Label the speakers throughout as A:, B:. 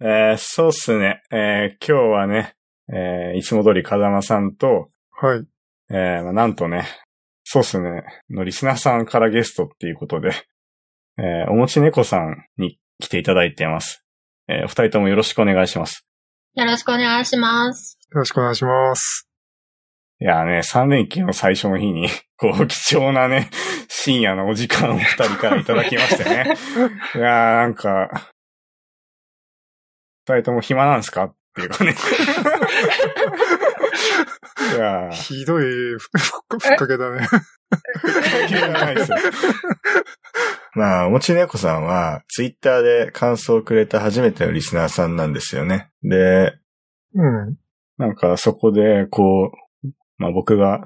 A: えーそうっすね。えー今日はね、えーいつも通り風間さんと、
B: はい。
A: えーまあなんとね、そうっすね、のリスナーさんからゲストっていうことで、えーおもち猫さんに来ていただいてます。えーお二人ともよろしくお願いします。
C: よろしくお願いします。
B: よろしくお願いします。
A: いやーね、3連休の最初の日に、こう、貴重なね、深夜のお時間を二人からいただきましてね。いやー、なんか、二人とも暇なんすかっていうかね。いやー、
B: ひどいふ、ふ、ふっかけだね。
A: 暇ないですよ。
D: まあ、おもちねこさんは、ツイッターで感想をくれた初めてのリスナーさんなんですよね。で、
B: うん。
A: なんか、そこで、こう、まあ僕が、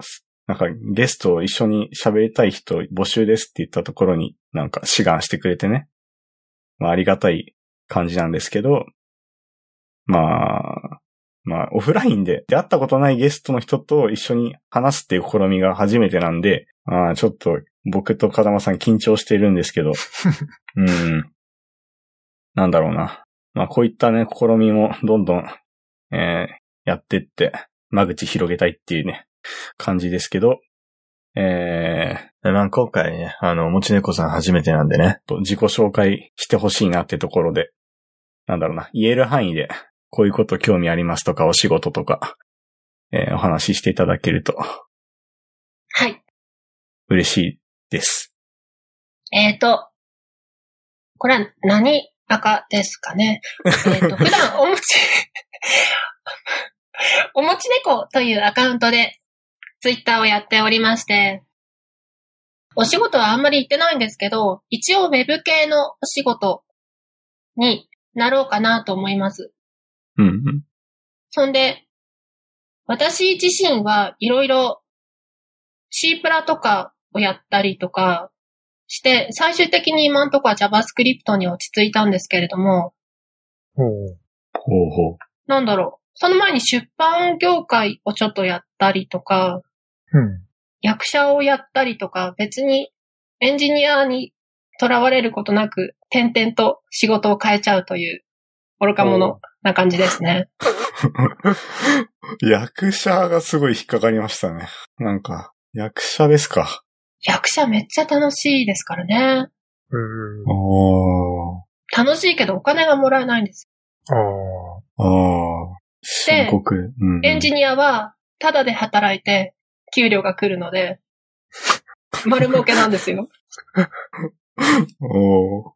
A: なんか、ゲストを一緒に喋りたい人募集ですって言ったところに、なんか、志願してくれてね。まあ、ありがたい感じなんですけど、まあ、まあ、オフラインで出会ったことないゲストの人と一緒に話すっていう試みが初めてなんで、あーちょっと僕と風間さん緊張してるんですけど、うん。なんだろうな。まあ、こういったね、試みもどんどん、えーやってって、間口広げたいっていうね、感じですけど、えー、
D: まあ今回ね、あの、おもちねこさん初めてなんでね。
A: と自己紹介してほしいなってところで、なんだろうな、言える範囲で、こういうこと興味ありますとか、お仕事とか、えーお話ししていただけると
C: はい。
A: 嬉しいです。
C: えっ、ー、と、これは何赤ですかね。えっ、 と、普段おもち、おもち猫というアカウントでツイッターをやっておりまして、お仕事はあんまり行ってないんですけど、一応ウェブ系のお仕事になろうかなと思います。
A: うんうん。
C: そんで、私自身はいろいろ C プラとかをやったりとかして、最終的に今んとこは JavaScript に落ち着いたんですけれども、
B: おう
A: ほうほう。
C: なんだろう。その前に出版業界をちょっとやったりとか、
B: うん。
C: 役者をやったりとか、別にエンジニアにとらわれることなく、点々と仕事を変えちゃうという愚か者な感じですね。
A: 役者がすごい引っかかりましたね。なんか、役者ですか。
C: 役者めっちゃ楽しいですからね。
B: うー。
A: おー。
C: 楽しいけどお金がもらえないんです。
B: あ
A: あー。
C: で
A: 深刻。うんうん
C: エンジニアは、タダで働いて、給料が来る ので、丸儲けなんですよ。
A: おー。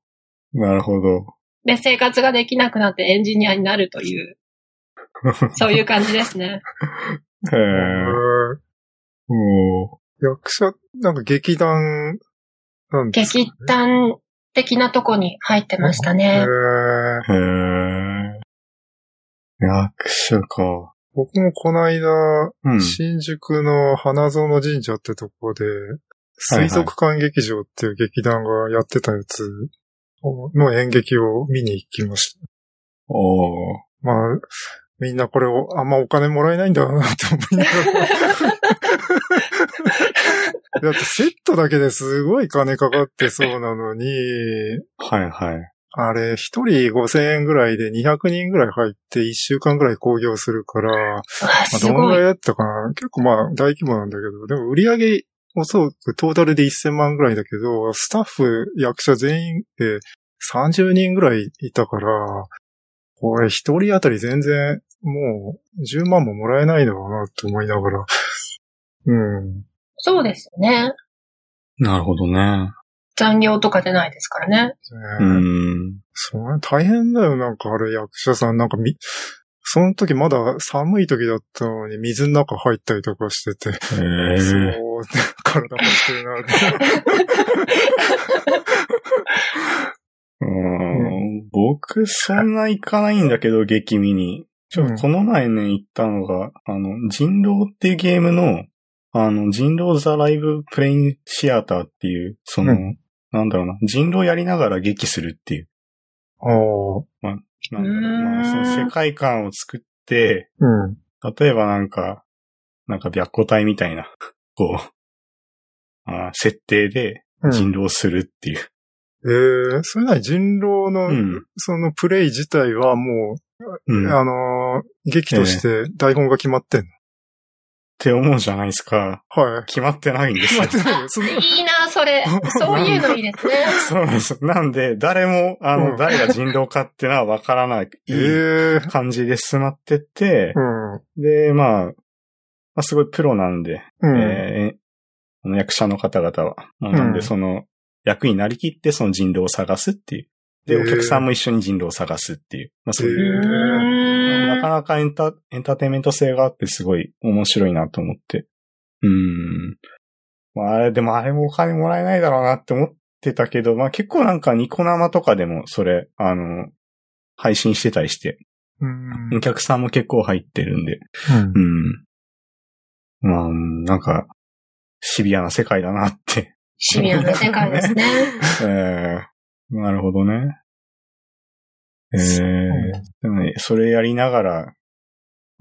A: なるほど。
C: で、生活ができなくなってエンジニアになると いう、そういう感じですね。
A: へ
B: あ。
A: え。
B: う
A: おー
B: ー役者、なんか劇団、なんですか
C: 劇団的なとこに入ってました
B: え
C: ね。
B: ー、
A: へえ。役者か。
B: 僕もこの間、
A: うん。
B: 新宿の花園神社ってとこで、水族館劇場っていう劇団がやってたやつの演劇を見に行きました。
A: おー
B: まあ、みんなこれを、あんまお金もらえないんだろうなって思いなが ら。だってセットだけですごい金かかってそうなのに、
A: はいはい。
B: あれ、一人5000円ぐらいで200人ぐらい入って1週間ぐらい興行するから、
C: うわ、
B: まあ、
C: す
B: どんぐ
C: ご
B: らい
C: い。
B: だったかな結構まあ大規模なんだけど、でも売り上げおそらくトータルで1000万ぐらいだけど、スタッフ、役者全員で30人ぐらいいたから、これ一人当たり全然もう10万ももらえないだろうなと思いながら。 うん。
C: そうですね。
A: なるほどね。
C: 残業とかじゃないですからね。
A: うん。
B: それ大変だよ、なんかあれ役者さん、なんかみ、その時まだ寒い時だったのに水の中入ったりとかしてて、
A: へ
B: そう
A: え。、
B: 体張ってるなって。
A: うん。僕、そんな行かないんだけど、劇見に。 ちょ
B: うん
A: この前ね、行ったのが、あの、人狼っていうゲームの、あの、人狼ザライブプレインシアターっていう、その、
B: う
A: なんだろうな、人狼やりながら劇するっていう。
B: ああ。
A: なんだろうまあ、そう
C: ーん
A: の世界観を作って、
B: うん。
A: 例えばなんか、なんか白虎隊みたい な、こう、あー設定で
B: うん
A: 人狼するっていう。
B: えー、それなりに人狼の、
A: うん。
B: そのプレイ自体は
A: う
B: もう、
A: ん。っ
B: あのー劇として台本が決まってんの、
A: て思うじゃないですか。
B: はい。
A: 決まってないんです
B: 決
A: よ
B: まっ。てない
C: あ
B: よ。そんな、
C: いいな、それ。そういうのいいで すね。
A: そうです。なんで、誰も、あ
B: うん
A: の、誰が人狼かってのはわからない、
B: え
A: いい
B: えー、
A: 感じで進まってって
B: う、ん。
A: で、まあ、まあ、すごいプロなんで、
B: うん。
A: えーあの役者の方々は。まあ
B: うん
A: なんで、その、役になりきってその人狼を探すっていう。で、
B: へー
A: お客さんも一緒に人狼を探すっていう。まあ、そう
C: う
A: いう、
C: ー
A: なんかなかエンタエンターテインメント性があってすごい面白いなと思って。うん。まあ、あれ、でもあれもお金もらえないだろうなって思ってたけど、まあ結構なんかニコ生とかでもそれ、あの、配信してたりして、
B: うん。
A: お客さんも結構入ってるんで、
B: うん
A: うん。まあ、うんなんか、シビアな世界だな って。
C: シビアな世界で すね。
A: えーなるほどね。えーでもねそれやりながら、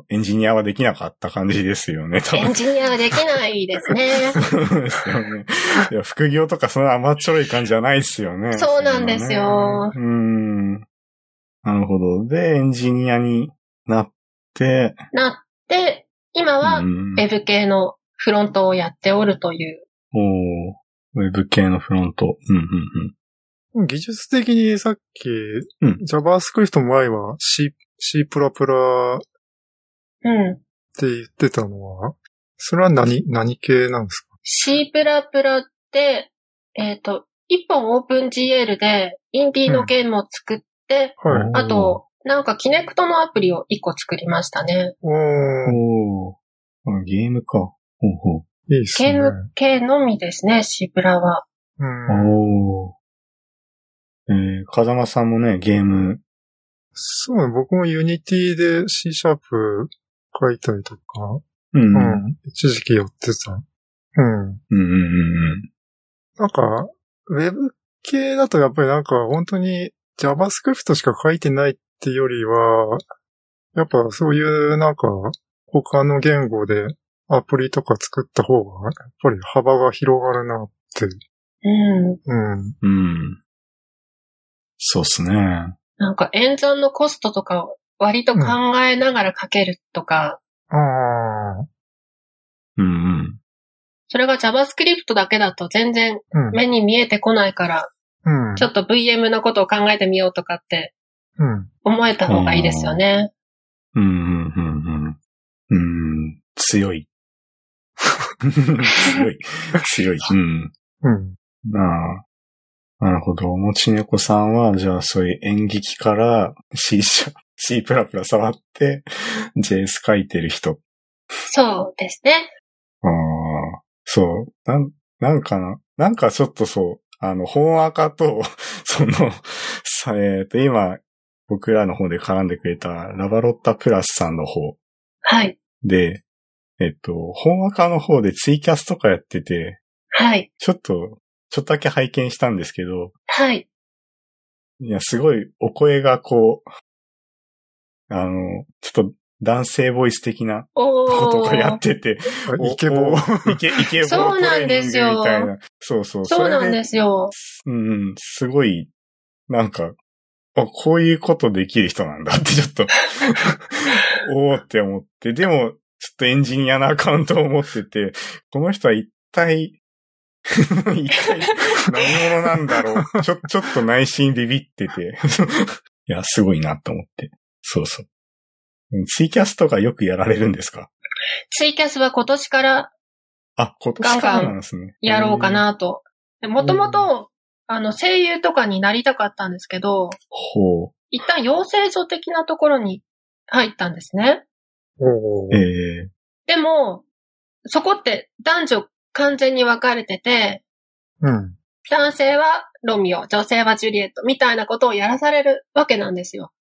A: エンジニアはできなかった感じですよね、多
C: エン
A: 分。
C: ジニアはできないですね。
A: そうですよね。いや、副業とかそんな甘っちょろい感じじゃないですよね。
C: そうなんですよ
A: そんなねうん。なるほど。で、エンジニアになって、
C: なって、今は
A: う
C: ウ
A: ん
C: ェブ系のフロントをやっておるという。
A: おーウェブ系のフロント。うん、うん、うん。
B: 技術的にさっき、
A: ん
B: JavaScript の前は C、C++ って
C: うん。
B: 言ってたのは、それは何、何系なんですか
C: C++ って、えっ、と、一本 OpenGL でインディーのゲームを作って、
B: はい。
A: うん
C: あと、なんかキネクトのアプリを一個作りましたね。
B: おー、
A: おーあゲームか。ほうほう。
B: いいっす
C: ゲ
B: ね。
C: ーム系のみですね、C プラは。
B: うん。
A: おーえー、風間さんもね、ゲーム。
B: そうね、僕も Unity で C シャープ書いたりとか、
A: うん。う、
B: うんん。一時期やってた。うん。
A: うん、うん
B: なんか、ウェブ系だとやっぱりなんか本当に JavaScript しか書いてないってよりは、やっぱそういうなんか他の言語でアプリとか作った方がやっぱり幅が広がるなって。
C: うん。
B: うん。
A: うん、うん。うん。そうっすね。
C: なんか演算のコストとかを割と考えながらかけるとか、
B: ああ。
A: うん、うん。
C: それが JavaScript だけだと全然
B: うん。
C: 目に見えてこないから、
B: うん。
C: ちょっと VM のことを考えてみようとかって
B: うん。
C: 思えた方がいいですよね。
A: うん、うん、うん、うん。うん、強い。 強い。強い。うん。
B: うん。
A: なあ。なるほど。おもちねこさんは、じゃあそういう演劇から C 社、C プラプラ触って、JS 書いてる人。
C: そうですね。
A: ああ。そう。なん、なんかな。なんかちょっとそう。あの、本赤と、 その、さえっ、と、今、僕らの方で絡んでくれた、ラバロッタプラスさんの方
C: はい。
A: で、えっと、本赤の方でツイキャスとかやってて、
C: はい。
A: ちょっと、ちょっとだけ拝見したんですけど、
C: はい。
A: いや、すごいお声がこう、あの、ちょっと男性ボイス的な
C: お
A: ことがやっ
C: ー。
A: てて、
B: あイケボー。
A: イケ、イケボー
C: そうなんですよ
A: トレーニングみたいな。そうそう。。
C: そうなんですすよ。
A: うんうん、すごい、なんか、あ、こういうことできる人なんだってちょっ と、おーって思って、でも、ちょっとエンジニアなアカウントを持ってて、この人は一体、 一体何者なんだろう。ちょ、ちょっと内心ビビってて。いや、すごいなと思って。そうそう。ツイキャスとかよくやられるんですか
C: ツイキャスは今年から
A: あ、今年からなんですね。
C: やろうか。なと。もともと、あの、声優とかになりたかったんですけど、
A: ほ
C: 一旦養成所的なところに入ったんですね。
B: お
A: う。え
B: ー
A: え
C: でも、そこって男女完全に分かれてて、
B: うん。
C: 男性はロミオ、女性はジュリエットみたいなことをやらされるわけなんですよ。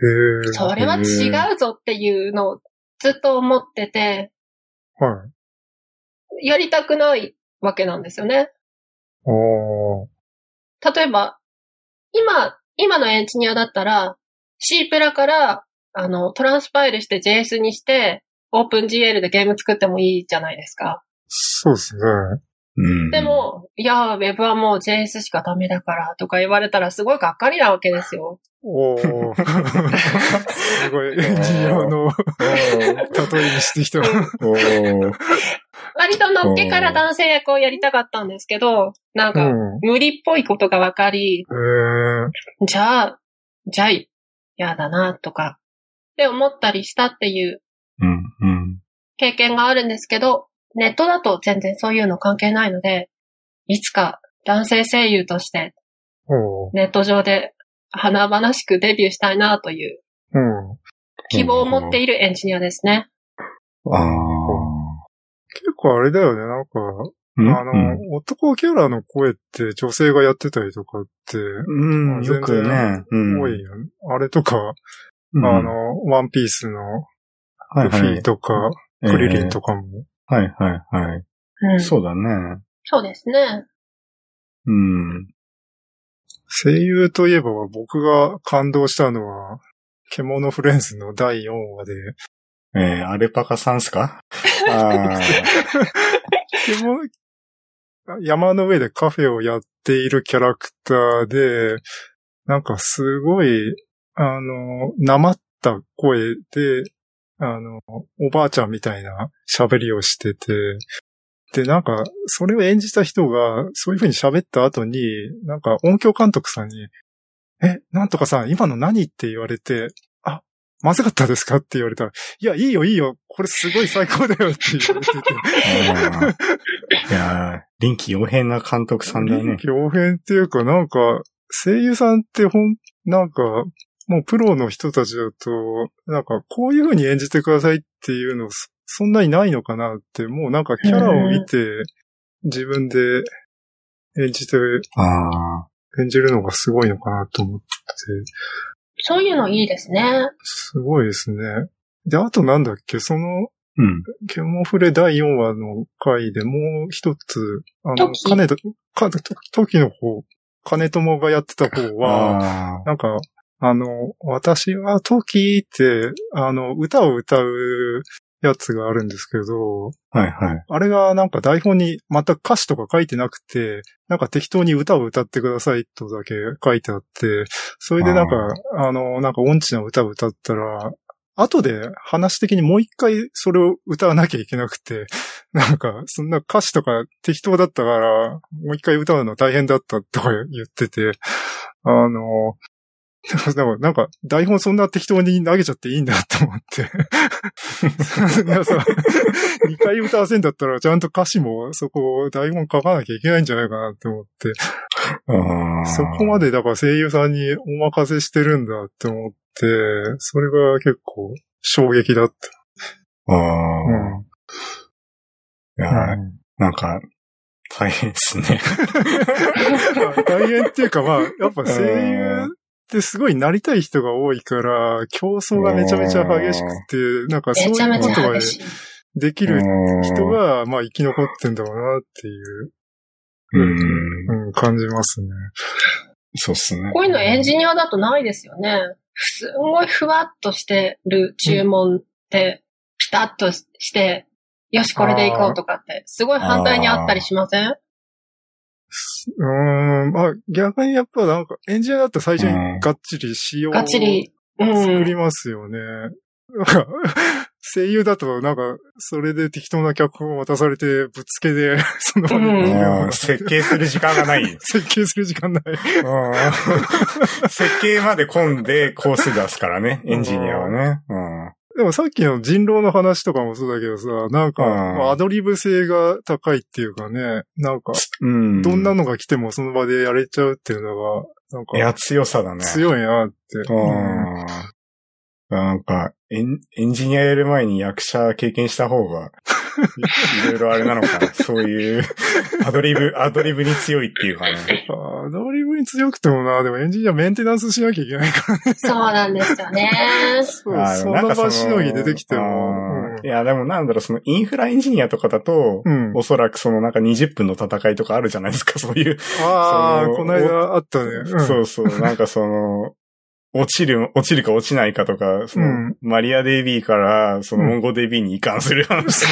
B: へえ。
C: それは違うぞっていうのをずっと思ってて、
B: はい。
C: やりたくないわけなんですよね。
B: おー。
C: 例えば、今、今のエンジニアだったら、C プラから、あの、トランスパイルして JS にして、OpenGL でゲーム作ってもいいじゃないですか。
B: そうですね。
A: うん。
C: で、 も、いや、ウェブはもう JS しかダメだからとか言われたらすごいがっかりなわけですよ。
B: おー。 すごい、エンジニアの例えにしてきた。
D: おー
C: 割とのっけから男性役をやりたかったんですけど、なんか、
B: うん。
C: 無理っぽいことがわかり、
B: えー、
C: じゃあ、じゃあ、嫌だな、とか、って思ったりしたっていう
A: うん、うん。
C: 経験があるんですけど、ネットだと全然そういうの関係ないので、いつか男性声優として
B: おー。
C: ネット上で華々しくデビューしたいなという
B: うん。
C: 希望を持っているエンジニアですね。
A: ああ。
B: 結構あれだよね、なんか、あの、男キャラの声って女性がやってたりとかって、
A: うん、うん、よくね、うん。
B: 多いよね。あれとか、
A: うん、
B: あの、ワンピースの
A: はいは
B: ルフ
A: い、
B: ィとか、クリリンとかも。
A: ええはいはいはい。
C: うん、そ
A: そ
C: う
A: うだね。
C: ですね。
A: うん。
B: 声優といえば僕が感動したのは、獣フレンズの第4話で、
A: えー、アルパカさんっす かああ。
B: 獣山の上でカフェをやっているキャラクターで、なんかすごい、あの、なまった声で、あの、おばあちゃんみたいな喋りをしてて、で、なんか、それを演じた人が、そういう風に喋った後に、なんか音響監督さんに、え、なんとかさん、今の何って言われて、あ、まずかったですかって言われたら、いや、いいよ、いいよ、これすごい最高だよって言われてて、
A: あーいやー、臨機応変な監督さんだね
B: 臨。機応変っていうか、なんか、声優さんってほん、なんか、もうプロの人たちだと、なんか、こういう風に演じてくださいっていうの、そそんなにないのかなって、もうなんかキャラを見て、自分で演じて、
A: ああ。
B: 演じるのがすごいのかなと思って、
C: そういうのいいですね。
B: すごいですね。で、あとなんだっけ、その、
A: うん。
B: ケモフレ第4話の回でもう一つ、あの、
C: 時
B: 金田、か、と時の方、金友がやってた方は、
A: あ
B: なんか、あの、私はトキって、あの、歌を歌うやつがあるんですけど、
A: あ。はいはい。
B: あれがなんか台本に全く歌詞とか書いてなくて、なんか適当に歌を歌ってくださいとだけ書いてあって、それでなんか、あの、なんか音痴な歌を歌ったら、後で話的にもう一回それを歌わなきゃいけなくて、 なんか、そんな歌詞とか適当だったから、もう一回歌うの大変だったとか言ってて、あの、でもなんか、台本そんな適当に投げちゃっていいんだと思って。そんなさ、2回 歌わせんだったら、ちゃんと歌詞もそこ、台本書かなきゃいけないんじゃないかなって思って、
A: ああ。
B: そこまでだから声優さんにお任せしてるんだって思って、それが結構衝撃だった。
A: ああ。
B: うん
A: いやー、なんか、大変っすね。
B: 大変っていうかまあ、やっぱ声優ってすごいなりたい人が多いから、競争がめちゃめちゃ激しくて、なんかそうい
C: めちゃめ
B: う
C: ち
B: こと
C: ゃ
B: が
C: 激しい。
B: できる人
A: 人、
B: が、まあ生き残ってんだろうなっていう、
A: うん。
B: うん、感じますね。
A: そうっすね。
C: こういうのエンジニアだとないですよね。すんごいふわっとしてる注文って、ピタッとして、よし、これでいこうとかって、すごい反対にあったりしません
B: うーん、まあ逆にやっぱなんかエンジニアだったら最初
A: うん
B: にがっちり仕様を
C: がっちり。う
B: 作
C: ん。
B: りますよね。なんか声優だとなんか、それで適当な脚本を渡されて、ぶっつけで、 その場に
C: うん
A: あー設計する時間がない。
B: 設計する時間ない。
A: うん設計まで込んでコース出すからね、エンジニアはね。うん。
B: でもさっきの人狼の話とかもそうだけどさ、なんか、
A: うん
B: まあアドリブ性が高いっていうかね、なんか、
A: うん。
B: どんなのが来てもその場でやれちゃうっていうのが、なん
A: い
B: か、
A: や、強さだね。
B: 強いなって。
A: うん。なんか、エン、エンジニアやる前に役者経験した方 が、いいろいろあれなのかな。そういう、アドリブ、アドリブに強いっていうかね。
B: アドリブに強くてもな、でもエンジニアメンテナンスしなきゃいけないからね。
C: そうなんですよ ね。
B: そう
A: あー
B: そ
A: なん
B: の
A: か
B: 場しのぎ出てきて
A: あ
B: も
A: ー。いや、でもなんだろう、そのインフラエンジニアとかだと
B: う、ん。うん
A: おそらくそのなんか20分の戦いとかある じゃないですか、そういう。
B: あ
A: そ
B: あ、
A: の
B: この間あったね。うん
A: そうそう、なんかその、落ちる、落ちるか落ちないかとか、その、
B: うん
A: マリア DB から、その、
B: うん
A: モンゴ DB に移管する話。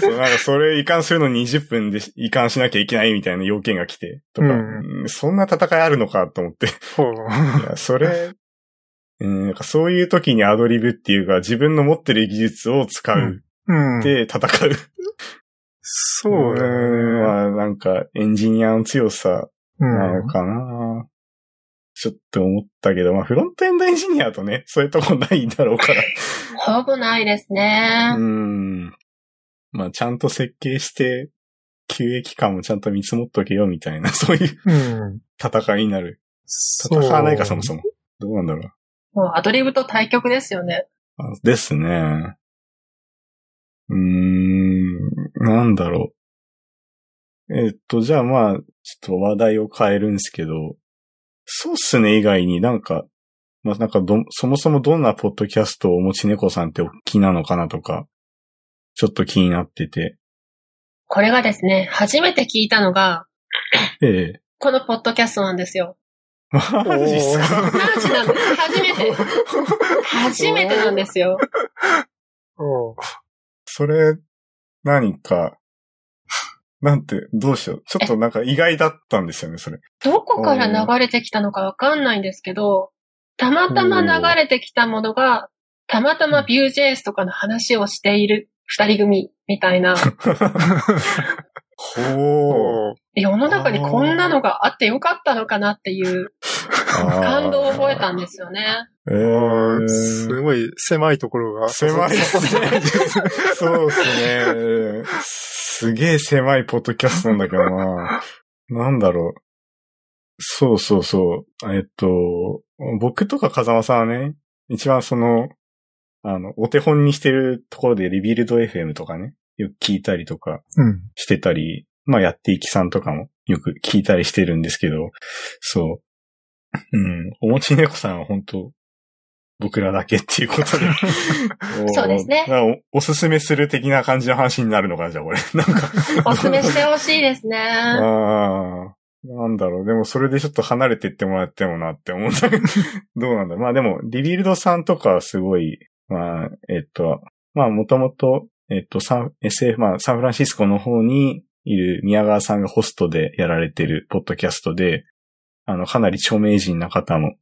A: そうなんか、それ移管するの20分で移管しなきゃいけないみたいな要件が来て、とか、
B: うん
A: うんそんな戦いあるのかと思って。
B: はい
A: や、それ、うん、なんかそういう時にアドリブっていうか、自分の持ってる技術を使う
B: ううん。
A: で戦う。
B: そうだ
A: ん
B: ね。
A: まあ、なんか、エンジニアの強さ
B: う
A: なんの。かな、ちょっと思ったけど、まあ、フロントエンドエンジニアとね、そういうとこないだろう から。
C: ほぼないですね
A: う。ん。まあ、ちゃんと設計して、休益感もちゃんと見積もっとけよ、みたいな、そういう
B: うん。
A: 戦いになる。
B: そ
A: 戦
B: う
A: わないか、そもそも。どうなんだろう。
C: もうアドリブと対局ですよね。
A: あですね。うーん、なんだろう。えっと、じゃあまあ、ちょっと話題を変えるんですけど、そうっすね以外になんか、まあなんかど、そもそもどんなポッドキャストをお持ち猫さんってお聞きなのかなとか、ちょっと気になってて。
C: これがですね、初めて聞いたのが、
A: ええ。
C: このポッドキャストなんですよ。
A: マジっすか
C: マジなんです。初 めて。初めてなんですよ。
B: お
A: それ、何か、 なんて、どうしよう。ちょっとなんか意外だったんですよね、それ。
C: どこから流れてきたのかわかんないんですけど、たまたま流れてきたものが、たまたま Vue.js とかの話をしている二人組みたいな、
A: ほう。
B: お
C: 世の中にこんなのがあってよかったのかなっていう感
A: 感
C: 動を覚えたんですよね。
A: え
B: ーす
A: ー、
B: ごい狭いところが。
A: 狭いですね。そうですね。すげえ狭いポッドキャストなんだけどな。なんだろう。そうそうそう。えっと、僕とか風間さんはね、一番その、あの、お手本にしてるところでリビルド FM とかね、よく聞いたりとか、
B: うん。
A: してたり、まあやっていきさんとかもよく聞いたりしてるんですけど、そう。うん。おもち猫さんは本当僕らだけっていう ことで。
C: そうですね
A: おお。おすすめする的な感じの話になるのかな、じゃあこれ。なんか。
C: おすすめしてほしいです
A: あ
C: ね。
A: あ。なんだろう。でもそれでちょっと離れてってもらってもなって思うんだ けど、どうなんだろう。まあでも、リビルドさんとかはすごい、まあ、えっと、まあもともと、えっと、サン、SF、まあサンフランシスコの方にいる宮川さんがホストでやられてるポッドキャストで、あの、かなり著名人な方も、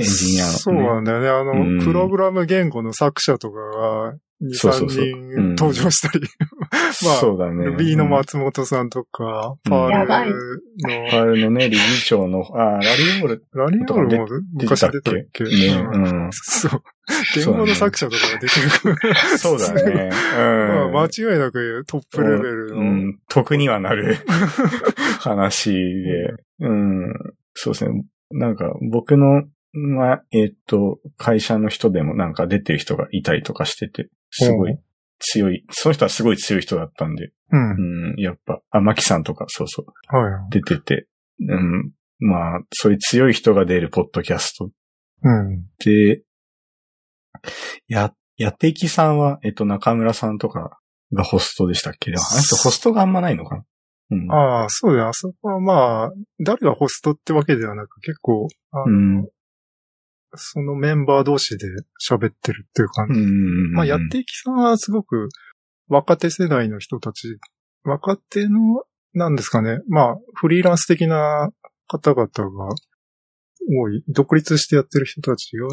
A: エンジニアの、ね。
B: そうなんだよね。あの、
A: うん
B: プログラム言語の作者とかが、2、
A: そうそうそう
B: 3
A: うん
B: 人登場したり、まあ
A: そうだね。
B: ルビーの松本さんとか、
A: うん
B: パ
C: やば
B: ー
C: い
B: ル
A: うん。
B: の、
A: パールのね、理事長の、あー、ラリーオール
B: ラリアールも
A: 出て
B: 昔
A: たっ
B: 出たっけ
A: けね、
B: うん
A: うん。
B: そう。言語の作者とかが出てくるから。
A: そう だね。うん。
B: まあ、間違いなくトップレベル
A: う
B: の。
A: ん、得にはなる話で、うん、そうですね。なんか僕の、まあ、えっと、会社の人でもなんか出てる人がいたりとかしてて、すご
B: う
A: い強い、その人はすごい強い人だったんで、
B: うん。はい
A: うん、やっぱ、あ、マキさんとか、そうそう、
B: はい。
A: 出てて、うん、まあ、そういう強い人が出るポッドキャスト
B: うん。
A: で、や、やっていきさんは、えっと、中村さんとかがホストでしたっけでもあの人ホストがあんまないのかなうん。
B: ああ、そうだよ。あそこはまあ、誰がホストってわけではなく、結構、あ
A: う
B: の
A: ん。
B: そのメンバー同士で喋ってるっていう感じ。
A: うん
B: まあ、やっていきさんはすごく若手世代の人たち、若手の、なんですかね。まあ、フリーランス的な方々が多い、独立してやってる人たちが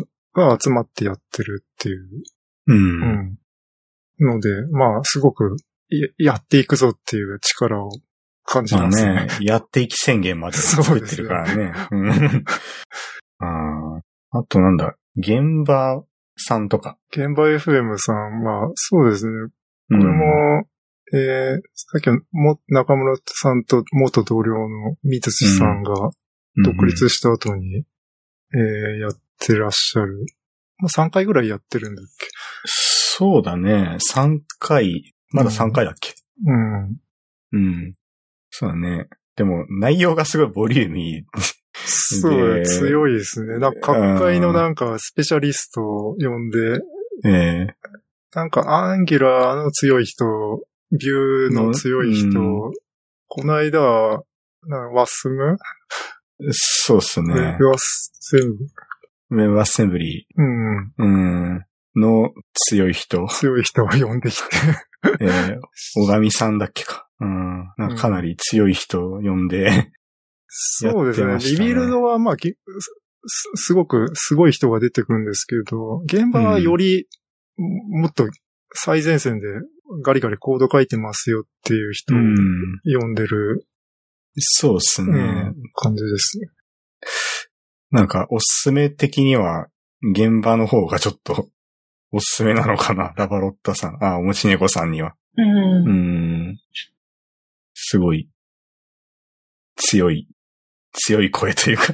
B: が集まってやってるっていう。
A: うん。
B: うん。ので、まあ、すごくや、やっていくぞっていう力を感じ
A: まあ
B: ますね。
A: ね、やっていき宣言まで作ってるからね。うん あーあとなんだ、現場さんとか。
B: 現場 FM さんは、そうですね。
A: こ
B: これも、えー、さっきのも中村さんと元同僚の三津さんが独立した後に、えーやってらっしゃる。もう3回ぐらいやってるんだっけ
A: そうだね、3回、まだ3回だっけ、
B: うん。
A: うん、そうだね。でも、内容がすごいボリューミー。
B: そう、
A: で
B: 強いですね。なんか、各界のなんか、スペシャリストを呼んで、
A: え
B: なんか、アンギュラーの強い人、ビューの強い人、
A: う
B: この間は、なワスム
A: ーそうっすね。
B: ワスム
A: ウェブアッセンブリ
B: う
A: ー、
B: ん。
A: うん、の強い 人、
B: 強い人を呼んできて。
A: えー、小神さんだっけか。うん、なんかかなり強い人を呼んで、
B: そうです
A: やって
B: ね。
A: ました
B: リ
A: ね
B: ビルドは、まあ、ぎすすごく、すごい人が出てくるんですけど、現場はより、ももっと最前線でガリガリコード書いてますよっていう人
A: う
B: を
A: ん、
B: 呼んでる、
A: そうっすね。
B: うん感じですね。
A: なんか、おすすめ的には、現場の方がちょっと、おすすめなのかな、ラバロッタさん。あ、おもち猫さんには。
C: うん
A: うーん。すごい、強い、強い声というか。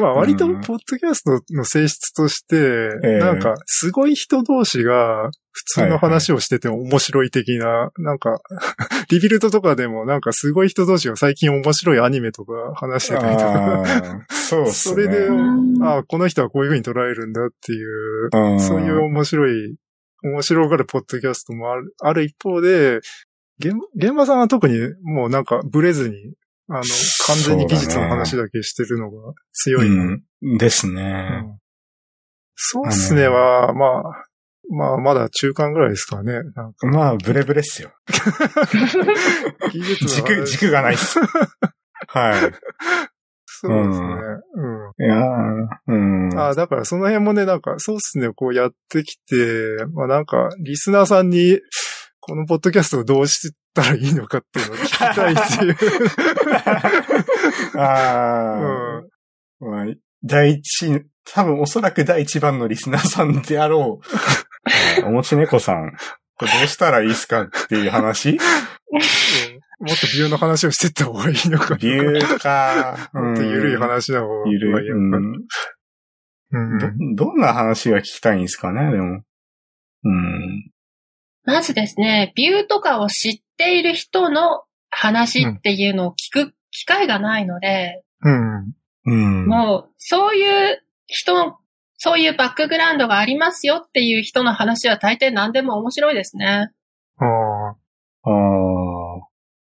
B: まあ、割と、
A: う
B: ポ
A: ん
B: ッドキャストの性質として、
A: え
B: なんか、すごい人同士が、普通の話をしてて面白い的な、なんか、 リビルドとかでも、なんかすごい人同士が最近面白いアニメとか話してたりとか、
A: あー そうっす
B: そ
A: ね。
B: れで、
C: うん
B: あこの人はこういう風に捉えるんだっていう、
A: うん
B: そういう面白い、面白がるポッドキャストもあるある一方で、現現場さんは特にもうなんかブレずに、あの、完全に技術の話だけしてるのが強い。
A: うん、です
B: う
A: ね。
B: んそうっすねは、まあ、まあ、まだ中間ぐらいですかね。なんか
A: まあ、ブレブレっすよ。
B: 技術 の話
A: 軸、軸がないっ す。はい。
B: そうですね。うん
A: いやーうん。
B: ああ、だからその辺もね、なんか、そうっすね、こうやってきて、まあなんか、リスナーさんに、このポッドキャストをどうしたらいいのかっていうのを聞きたいっ ていう。
A: あー
B: う
A: まあ、第一、多分おそらく第一番のリスナーさんであろう。おもち猫さん、これどうしたらいいっすかっていう話
B: ん。もっとビューの話をしてった方がいいのか。
A: ビューか。
B: もっと緩い話の方が
A: うん。
B: いい
A: ゆるい。
B: のか。
A: うん
B: うん。
A: ど、どんな話が聞きたいんですかね、でも。うん。
C: まずですね、ビューとかを知っている人の話っていうのを聞く機会がないので、
B: うん。
A: うん。
C: もう、そういう人、そういうバックグラウンドがありますよっていう人の話は大抵何でも面白いですね。
B: ああ。
A: ああ。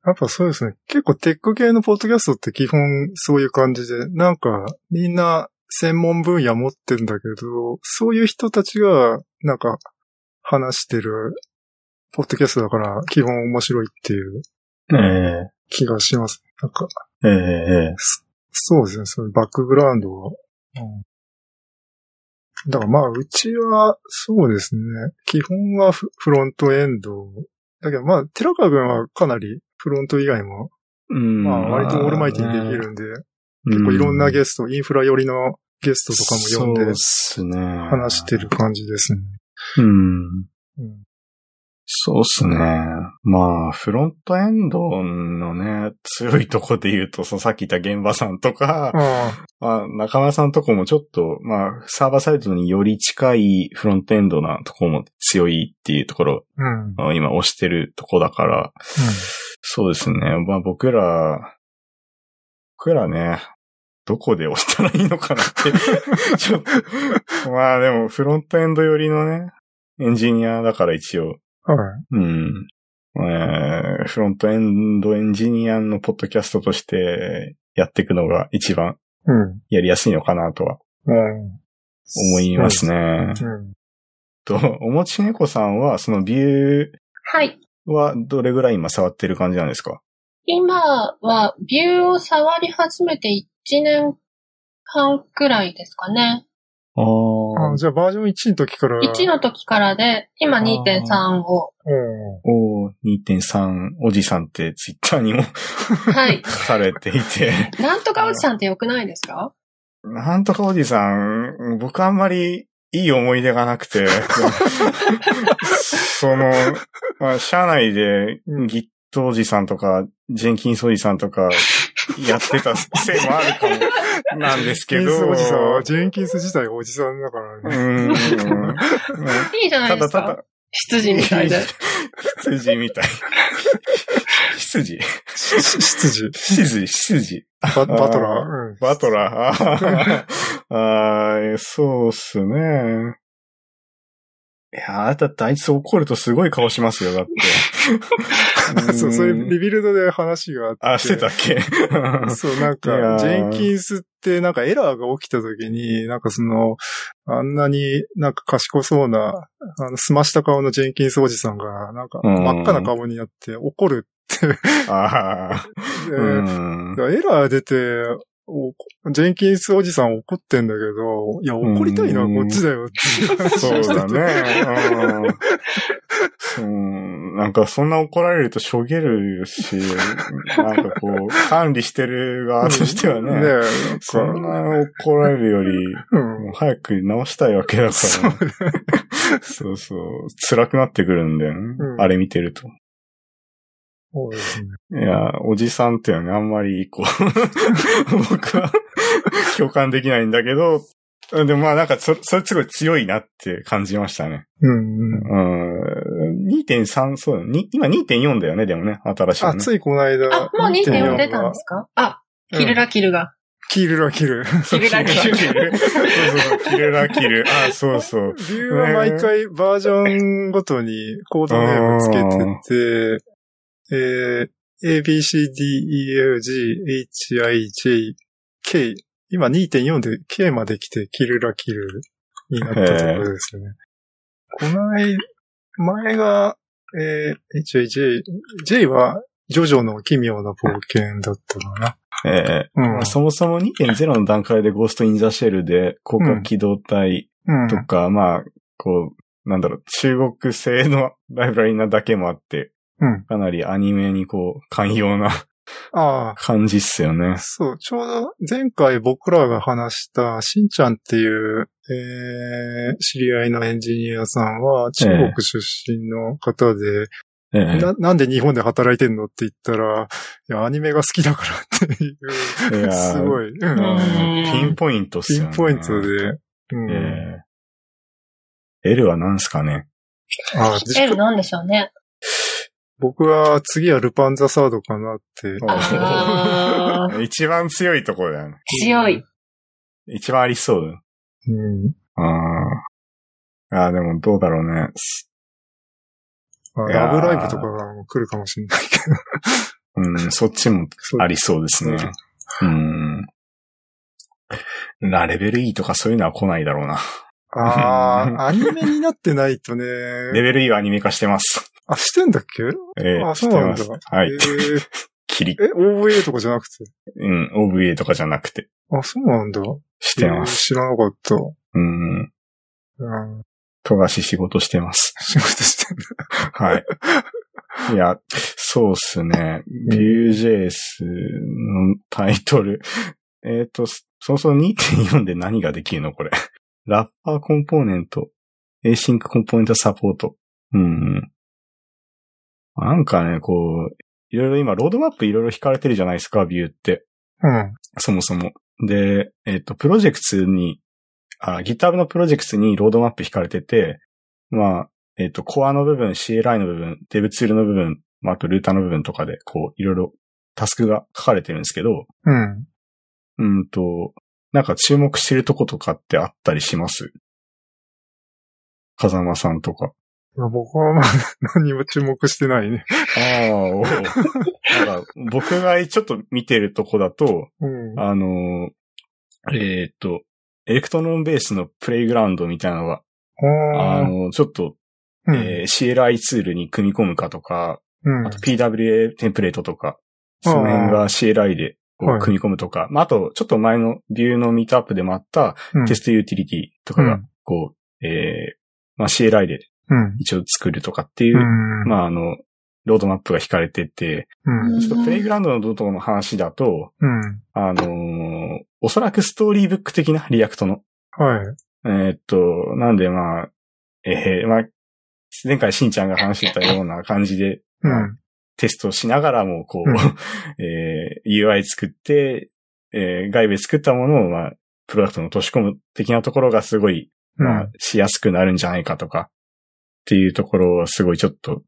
B: やっぱそうですね。結構テック系のポッドキャストって基本そういう感じで、なんかみんな専門分野持ってんだけど、そういう人たちがなんか話してるポッドキャストだから基本面白いっていう
A: え
B: 気がします。なんか、
A: えええ
B: そうですね。そのバックグラウンドは。うんだからまあ、うちは、そうですね。基本はフフロントエンド。だけどまあ、寺川君はかなりフロント以外も
A: うん
B: まあ、割とオールマイティにできるんで、結構いろんなゲスト、インフラ寄りのゲストとかも呼ん
A: そう
B: で
A: っすね。
B: 話してる感じですね。
A: うん。
B: うん
A: そうっすね。まあ、フロントエンドのね、強いとこで言うと、そのさっき言った現場さんとか、
B: あ
A: まあ、中村さんとこもちょっと、まあ、サーバーサイトにより近いフロントエンドなとこも強いっていうところ、
B: あうん。うん
A: あ今押してるとこだから、そうですね。まあ僕ら、僕らね、どこで押したらいいのかな って、ちょっと、まあでもフロントエンド寄りのね、エンジニアだから一応、
B: はい。
A: うん。えーフロントエンドエンジニアのポッドキャストとしてやっていくのが一番
B: うん。
A: やりやすいのかなとは
B: うん。
A: 思います
B: ね。
A: ね。
B: うん。
A: と、おもち猫さんは、そのビュ
C: はい。
A: ーはどれぐらい今触ってる感じなんですか
C: 今は、ビューを触り始めて1年半くらいですかね。
A: あ
B: あ
A: あ
B: じゃあバージョン1の時から。
C: 1の時からで、今2.3を。
B: うん。
A: おー2.3おじさんってツイッターにも
C: はい。
A: 書かれてい て、
C: なんとかおじさんって良くないですか
A: なんとかおじさん、僕あんまりいい思い出がなくて、 その、まあ、社内で Git おじさんとか、ジェンキンスおじさんとか、やってたせいもあるかも、なんですけ
B: ジェンキンス
A: ど。
B: おじさんは、ジェンキンス自体がおじさんだから
A: う
B: ね。
A: ーん。
C: いいじゃない
A: た
C: で
A: だ
C: す
A: た
C: か
A: だ、
C: 執事みたいで。
A: 羊みたい。羊
B: しし執事。
A: 羊羊
B: ババトラー。うん。
A: バトラ ー。あーあー、そうっすね。いやー、だってあいつ怒るとすごい顔しますよ、だって。
B: そう、それリビルドで話があって。
A: あ、してたっ け
B: そう、
A: い
B: なん
A: や
B: か
A: ー、
B: ジェンキンスって、なんかエラーが起きた時に、なんかその、あんなになんか賢そうな、あの、澄ました顔のジェンキンスおじさんが、なんか
A: うん
B: 真っ赤な顔になって怒るって、
A: ああ。
B: で
A: うん
B: だからエラー出て、おジェンキンスおじさん怒ってんだけど、いや、怒りたいのはこっちだよっていう話
A: そ
B: を
A: う
B: して
A: だ
B: て。
A: ね。うんうんなんかそんな怒られるとしょげるし、なんかこう、管理してる側としては
B: ねえ
A: ね、
B: なん
A: そ
B: か
A: んな怒られるより、
B: うん
A: もう早く直したいわけだからね、そうそう。辛くなってくるんだよね。
B: うん
A: あれ見てると。
B: そうですね。
A: いや、おじさんっていうのはね、あんまり、こう、僕は共感できないんだけど、でもまあなんかそ、それすごい強いなって感じましたね。
B: うんう
A: うん。
B: ん。
A: 2.3、そうだね。に今2.4だよね、でもね、新しいの
B: あ、
A: ね。
B: ついこの間。
C: あ、もう2.4出たんですすかあ、キルラキルが。
B: キルラキル。
C: キルラキル。
A: キル。 そうそう、キルラキル。あ、そうそう。
B: 理由は毎回バージョンごとにコードネームつけてて、えー、A, B, C, D, E, F, G, H, I, J, K。今2.4で K まで来て、キルラキルになったところですね。こない、前が、えー、H, I, J, J は、ジョジョの奇妙な冒険だったかな。
A: ええ
B: うん
A: まあそもそも2.0の段階でゴーストインザシェルで、広角機動隊
B: うん。
A: とか、まあ、こう、なんだろう、中国製の ライブラリなだけもあって、
B: うん
A: かなりアニメにこう、寛容な
B: ああ、
A: 感じっすよね。
B: そう、ちょうど前回僕らが話した、しんちゃんっていう、えー、知り合いのエンジニアさんは、中国出身の方で、
A: ええ
B: な、なんで日本で働いてんのって言ったら、いや、アニメが好きだからっていう、
A: いやー
B: すごい、うん
C: うん
A: ピンポイントっす
B: ピ
A: よね。
B: ンポイントで、うん
A: ええ L は何すかね
B: あじ
C: L なんでしょうね。
B: 僕は次はルパンザサードかなって。
C: あ ー
A: 一番強いところだよね。
C: 強い。
A: 一番ありそうだよ。
B: うん
A: ああ。ああ、でもどうだろうね。す
B: まあ
A: いやー
B: ラブライブとかも来るかもしれないけど。
A: うん、そっちも
B: そう
A: ありそうですね。うん。な、レベル E とかそういうのは来ないだろうな。
B: ああ、アニメになってないとね。
A: レベル E はアニメ化してます。
B: あ、してんだっけ
A: ええ
B: あそうなんだ
A: してますはい
B: え。ー
A: キリ。
B: え、OVA とかじゃなくて。
A: うん、OVA とかじゃなくて、
B: あ、そうなんだ。
A: してます。
B: す。知らなかった。
A: うん。
B: うん。
A: 富樫仕事してます。
B: 仕事してんだ。
A: はい。いや、そうっすね。Vue.js のタイトル。 えっ、と、そもそも2.4で何ができるのこれ。 ラッパーコンポーネント、Async コンポーネントサポート。うん。なんかね、こう、いろいろ今、ロードマップいろいろ引かれてるじゃないですか、ビューって。
B: うん。
A: そもそも。で、えっ、と、プロジェクツに、あ、GitHub のプロジェクツにロードマップ引かれてて、まあ、えっ、と、コアの部分、CLI の部分、Dev ツールの部分、まあ、あとルーターの部分とかで、こう、いろいろタスクが書かれてるんですけど、
B: うん。
A: うんと、なんか注目してるとことかってあったりします風間さんとか。
B: いや僕はまあ、 何も注目してないね。
A: ああ、お うなんか、僕がちょっと見てるとこだと、
B: うん。
A: あのー、えーっと、エレクトロンベースのプレイグラウンドみたいなのが、あ
B: あー
A: のー、ちょっと、
B: うん
A: えー CLI ツールに組み込むかとか、
B: うん
A: あと PWA テンプレートとか、その辺が CLI でこう
B: はい
A: 組み込むとか、まあ、あと、ちょっと前のビューのミートアップでもあった
B: うん
A: テストユーティリティとか
B: う
A: が
B: ん、
A: こう、えーまあ、CLI で
B: うん。
A: 一応作るとかっていうう、
B: ん。
A: まあ、あの、ロードマップが引かれてて、
B: うん。
A: ちょっとプレイグラウンドのどうとこの話だと、
B: うん。
A: あのーおそらくストーリーブック的なリアクトの。
B: はい。
A: えーっと、なんでまあ、えーまあ、前回しんちゃんが話してたような感じで
B: うん。
A: テストしながらも、こう、
B: うん
A: えー UI 作って、えー外部で作ったものを、まあ、プロダクトに落とし込む的なところがすごい、まあ、しやすくなるんじゃないかとか、っていうところはすごいちょっと、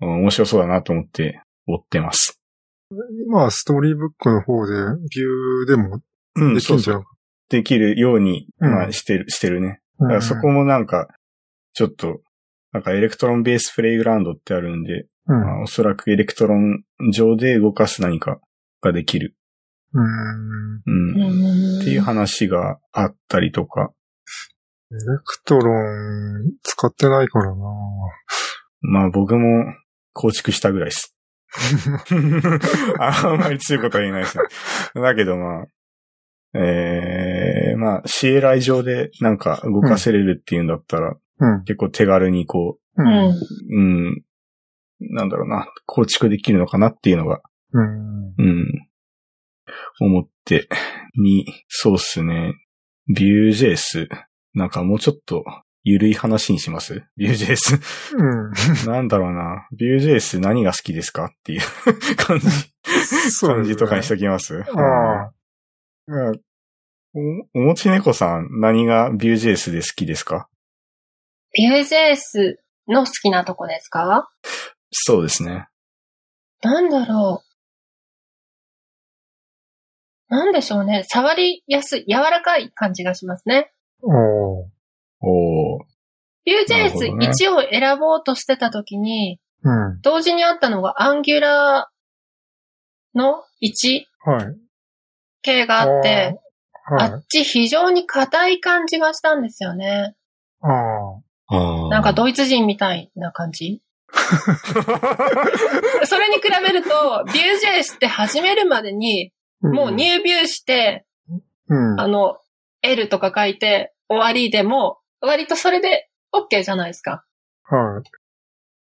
A: うん面白そうだなと思って追ってます。
B: 今はストーリーブックの方で、ビューでも
A: うん、
B: でき
A: そ
B: ん
A: う
B: じ
A: そう
B: ゃん。
A: できるように、
B: うん
A: まあ、してる、してるね。だか
B: う
A: ら
B: ん
A: そこもなんか、ちょっと、なんかエレクトロンベースプレイグラウンドってあるんで、
B: う
A: まあおそらくエレクトロン上で動かす何かができる。
B: ん。うん。
A: うん。
C: っ
A: っていう話があったりとか、
B: エレクトロン使ってないからな
A: まあ僕も構築したぐらいです。あんまり強いことは言えないですね。だけどまあ、えー、まあ CLI 上でなんか動かせれるっていうんだったら、
B: うん。
A: 結構手軽にこ
B: う。
C: うんん。
A: う、うん、なんだろうな、構築できるのかなっていうのが、
B: うん。
A: うん、思って、に、そうっすね、Vue.js、なんかもうちょっと、ゆるい話にします ?Vue.js。
B: うん。
A: なんだろうな。Vue.js 何が好きですかっていう 感じ、
B: そう
A: 感
B: ですね
A: じとかにしときます。
B: ああ。
A: うんお、おもち猫さん、何が Vue.js で好きですか
C: ビュージェイスの好きなとこですか
A: そうですね。
C: なんだろう。なんでしょうね。触りやすい、柔らかい感じがしますね。
B: おー
A: おー。
C: ビュージェ
A: な
C: イ
A: るほどね
C: ス1を選ぼうとしてたときに、
B: うん。
C: 同時にあったのが Angular の1
B: はい。
C: 系があって、
B: あー。
C: あ
B: はい。
C: っち非常に硬い感じがしたんですよね。
B: ああ。
A: ああ。
C: なんかドイツ人みたいな感じそれに比べると、ビュージェイスって始めるまでに、もう入ビューして、
B: うん。
C: あの、L とか書いて終わりでも、割とそれで OK じゃないですか。
B: はい。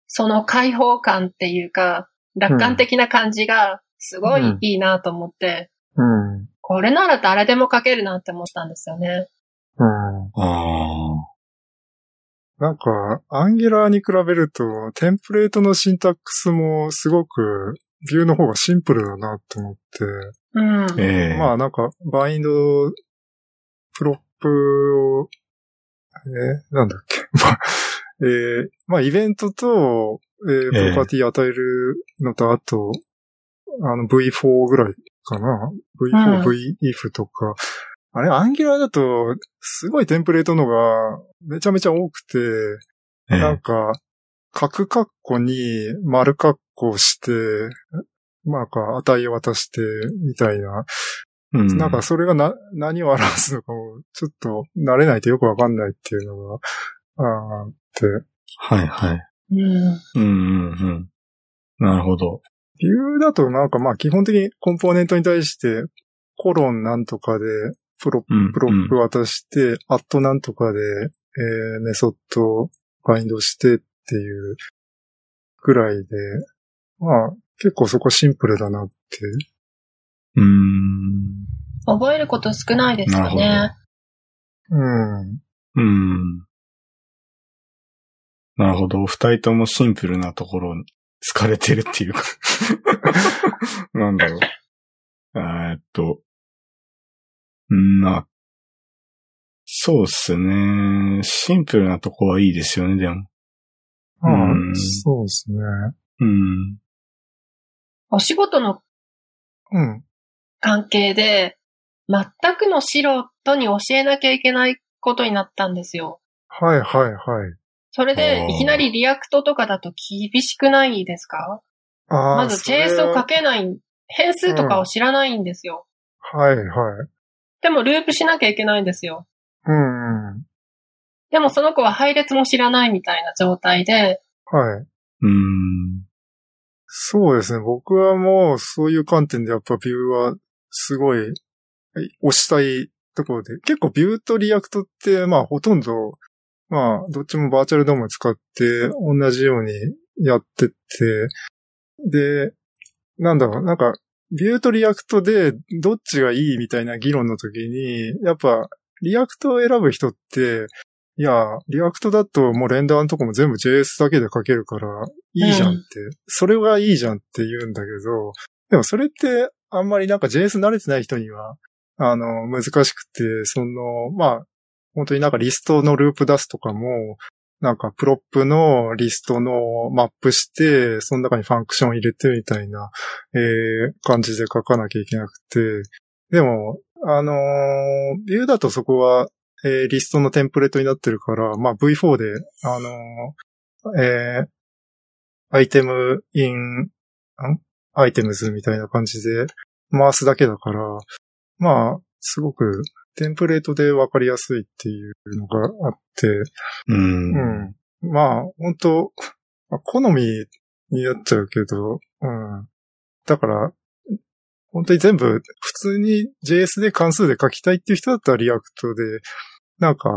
C: その開放感っていうか、楽観的な感じがすごいいいなと思って、
B: うん。
C: これなら誰でも書けるなって思ったんですよね。
B: うん。
A: あ
B: なんか、アンギュラーに比べると、テンプレートのシンタックスもすごく、ビューの方がシンプルだなと思って、
C: うん。
A: ー。ええ
B: まあなんか、バインド、プロップを、えーなんだっけ、 まあ、えーまあイベントと、えープロパティ与えるのと、あと、あの V4 ぐらいかな。V4、
C: うん
B: VIF とか。あれ、アンギュラーだと、すごいテンプレートのが、めちゃめちゃ多くて、
A: ええ
B: なんか、角括弧に丸括弧して、まあか、値を渡して、みたいな。
A: うん
B: なんか、それがな、何を表すのかも、ちょっと慣れないとよくわかんないっていうのが、あーって。
A: はいはい。
C: うん。
A: うんうんうん。なるほど。
B: 理由だとなんかまあ基本的にコンポーネントに対して、コロンなんとかで、プロ
A: うん。
B: プロップ
A: うん
B: 渡して、アットなんとかで、えーメソッドをバインドしてっていうぐらいで、まあ結構そこシンプルだなって。
A: うーん。
C: 覚えること少ないですよ
A: なる
C: ね。
B: うん。
A: うん。なるほど。お二人ともシンプルなところに疲れてるっていうか。 なんだろう。えーっと。んーまあ。そうっすね。シンプルなとこはいいですよね、でも。うん
B: そうですね。
A: うん。
C: お仕事の
B: うん。
C: 関係で、全くの素人に教えなきゃいけないことになったんですよ。
B: はいはいはい。
C: それ
A: あ
C: で、
A: ー
C: いきなりリアクトとかだと厳しくないですか
B: あー
C: まず
B: それ
C: JS を書
B: は
C: けない、変数とかを知らないんですよ。
B: はいはい。
C: でもループしなきゃいけないんですよ。
B: うんうん。
C: でもその子は配列も知らないみたいな状態で、
B: はい。
A: うん。
B: そうですね。僕はもう、そういう観点でやっぱビューは、すごい、はい推したいところで。結構ビューとリアクトって、まあほとんど、まあ、どっちもバーチャルドーム使って、同じようにやってって、で、なんだろう、なんか、ビューとリアクトで、どっちがいいみたいな議論の時に、やっぱ、リアクトを選ぶ人って、いや、リアクトだともうレンダーのとこも全部 JS だけで書けるから、いいじゃんって、それがいいじゃんって言うんだけど、でもそれって、あんまりなんか JS 慣れてない人には、あの、難しくて、その、まあ、本当になんかリストのループ出すとかも、なんかプロップのリストのマップして、その中にファンクション入れてみたいな、えー感じで書かなきゃいけなくて、でも、あのービューだとそこは、えーリストのテンプレートになってるから、まあ V4 で、あのーえーアイテムイン、んアイテムズみたいな感じで回すだけだから、まあ、すごくテンプレートでわかりやすいっていうのがあって、
A: うん。
B: うん。まあ、本当まあ好みになっちゃうけど、うん。だから、本当に全部、普通に JS で関数で書きたいっていう人だったらリアクトで、なんか、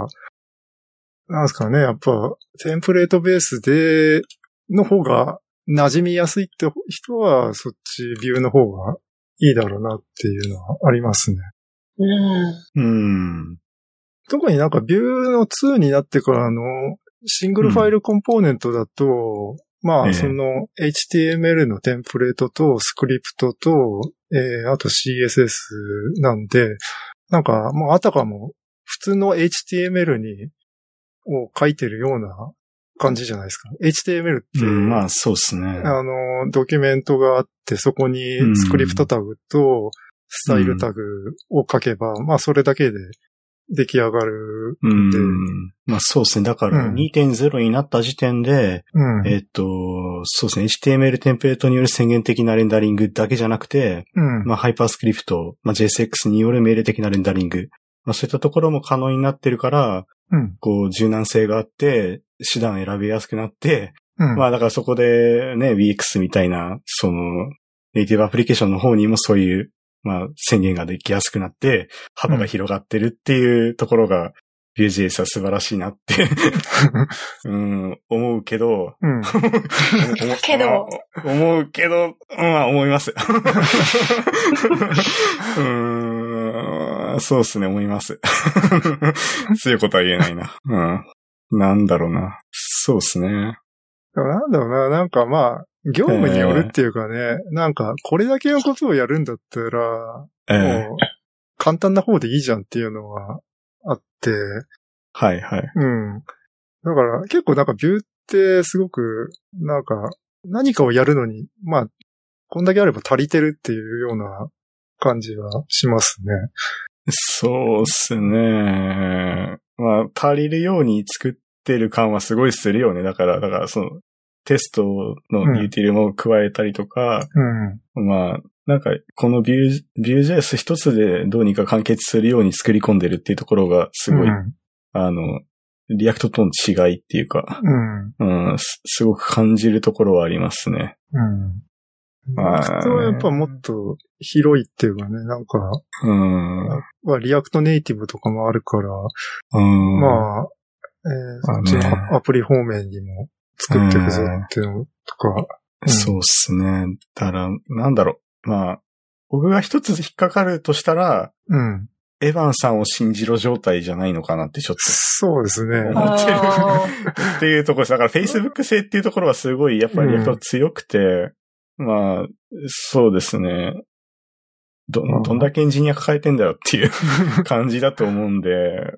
B: なんですかね、やっぱ、テンプレートベースで、の方が馴染みやすいって人は、そっちビューの方がいいだろうなっていうのはありますね。
C: うん。
A: うん。
B: 特になんかビューの2になってからのシングルファイルコンポーネントだと、ま
A: ええ
B: あその HTML のテンプレートとスクリプトと、えーあと CSS なんで、なんかもうあたかも普通の HTML に、を書いてるような感じじゃないですか。HTML って、
A: うん、まあ、そうですね。
B: あの、ドキュメントがあって、そこにスクリプトタグとスタイルタグを書けば、まあそれだけで出来上がる。
A: うん。まあそうですね。だから
B: うん
A: 2.0になった時点で、
B: うん。
A: えっと、そうですね。HTML テンプレートによる宣言的なレンダリングだけじゃなくて、
B: うん。
A: まあハイパースクリプト、まあ JSX による命令的なレンダリング、まあそういったところも可能になってるから、
B: うん。
A: こう柔軟性があって、手段選びやすくなって、
B: うん。
A: まあだからそこでね、VX みたいな、その、ネイティブアプリケーションの方にもそういう、まあ宣言ができやすくなって、幅が広がってるっていうところが、Vue.js は素晴らしいなって、うん、思うけど、
B: うん。
A: 思う
C: けど、
A: まあ思うけど、まあ思います。うーん、そうですね、思います。強いことは言えないな。うん。なんだろうな。そうですね。
B: でもなんだろうな、なんかまあ、業務によるっていうかね、なんか、これだけのことをやるんだったら、
A: ええ
B: もう、簡単な方でいいじゃんっていうのはあって、
A: はいはい。
B: うん。だから、結構なんかビューってすごく、なんか、何かをやるのに、まあ、こんだけあれば足りてるっていうような感じはしますね。
A: そうっすね。まあ、足りるように作ってる感はすごいするよね。だから、だから、その、テストのユーティルも加えたりとか、
B: うん。
A: まあ、なんか、このビュー、ビュー JS 一つでどうにか完結するように作り込んでるっていうところが、すごい、
B: うん。
A: あの、リアクトとの違いっていうか、
B: うん。
A: うん、すすごく感じるところはありますね。
B: うん。
A: まあ
B: 普通はやっぱもっと広いっていうかね、なんか、
A: うん。うん
B: まあ、リアクトネイティブとかもあるから、
A: まあ、
B: まあ、え
A: まあ
B: ー、
A: ね
B: そっちのアプリ方面にも作っていくぞっていうのとか、うん
A: そうっすね。だから、なんだろう。まあ、僕が一つ引っかかるとしたら、
B: うん。
A: エヴァンさんを信じろ状態じゃないのかなってちょっと
B: そうですね。
A: 思ってる
C: あ
A: っていうところです。だから Facebook 性っていうところはすごいやっぱりやっぱ強くて、まあ、そうですね。ど
B: う、ん
A: どんだけエンジニア抱えてんだよっていう感じだと思うんで、
B: う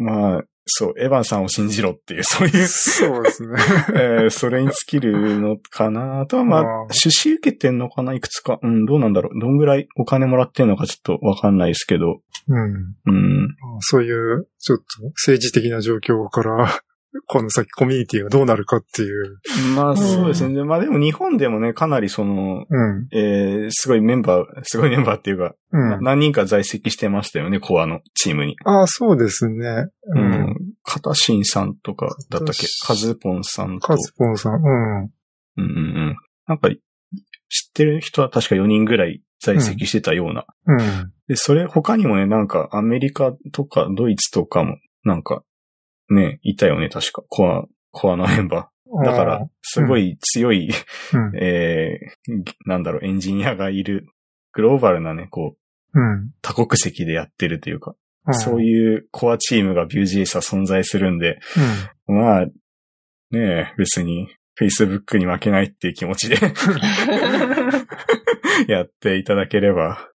B: ん。
A: まあ、そう、エヴァンさんを信じろっていう、そう いう、
B: そうですね。
A: えーそれに尽きるのかな。あとはまあ
B: うん、
A: 出資受けてんのかないくつか。うん、どうなんだろう。どんぐらいお金もらってんのかちょっとわかんないですけど。
B: うん。
A: うん。
B: そういう、ちょっと政治的な状況から、この先コミュニティがどうなるかっていう。
A: まあ、
C: ん
A: そうですね。まあでも日本でもね、かなりその、
B: うん。
A: えーすごいメンバー、すごいメンバーっていうか、
B: うん。
A: 何人か在籍してましたよね、コアのチームに。
B: ああ、そうですね。
A: う
B: うんん。。
A: カタシンさんとかだったっけカ
B: カタ
A: ズポンさんと。
B: カズポンさん。う
A: う
B: ん。
A: んうんうん。なんか、知ってる人は確か4人ぐらい在籍してたような。
B: うん。
A: で、それ他にもね、なんかアメリカとかドイツとかも、なんか、ね、いたよね、確か。コア、コアのメンバー。だから、すごい強い、
B: うん。
A: えー、なんだろう、エンジニアがいる、グローバルなね、こう、
B: うん。
A: 多国籍でやってるというか、
B: うん。
A: そういうコアチームが Vue.js は存在するんで、
B: うん。
A: まあ、ねえ、別に Facebook に負けないっていう気持ちで やっていただければ。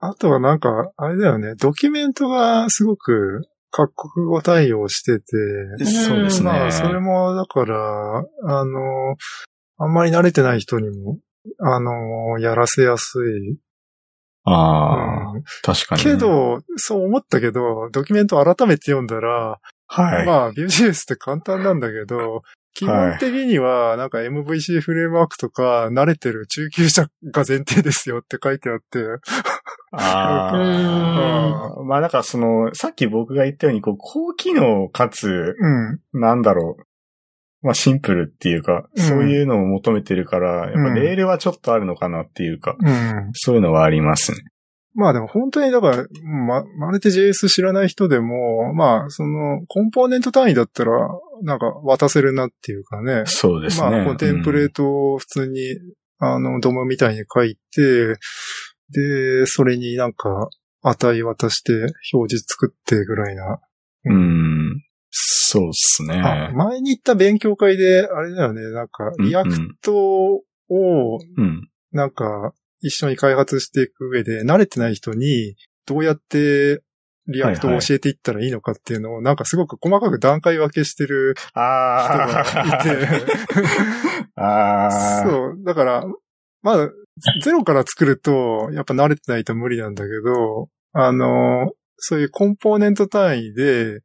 B: あとはなんか、あれだよね、ドキュメントがすごく各国語対応してて、
A: そうですね。
B: まあ、それも、だから、あの、あんまり慣れてない人にも、あの、やらせやすい。
A: ああ、
B: うん
A: 確かにね、
B: けど、そう思ったけど、ドキュメント改めて読んだら、
A: はい。
B: まあ、Vue.js って簡単なんだけど、基本的には、なんか MVC フレームワークとか、慣れてる中級者が前提ですよって書いてあって、
A: ああ。まあなんかその、さっき僕が言ったように、こう、高機能かつ、
B: うん。
A: なんだろう。まあシンプルっていうか、
B: うん
A: そういうのを求めてるから、やっ
B: う
A: ぱ
B: ん
A: レールはちょっとあるのかなっていうか、
B: うん。
A: そういうのはありますね。
B: まあでも本当にだから、ま、まるで JS 知らない人でも、まあそのコンポーネント単位だったら、なんか渡せるなっていうかね。
A: そうですね。
B: まあこうテンプレー
A: うん
B: トを普通に、あの、ドムみたいに書いて、で、それになんか値渡して表示作ってぐらいな。
A: うん。そうっすね。
B: あ前に行った勉強会で、あれだよね、なんか
A: うん
B: リアクトを
A: うん。
B: なんか、一緒に開発していく上で、慣れてない人に、どうやってリアクトを教えていったらいいのかっていうのを、なんかすごく細かく段階分けしてる人
A: あ
B: がいて、
A: あ。 ああ。
B: そう、だから、まあ、ゼロから作ると、やっぱ慣れてないと無理なんだけど、あの、そういうコンポーネント単位で、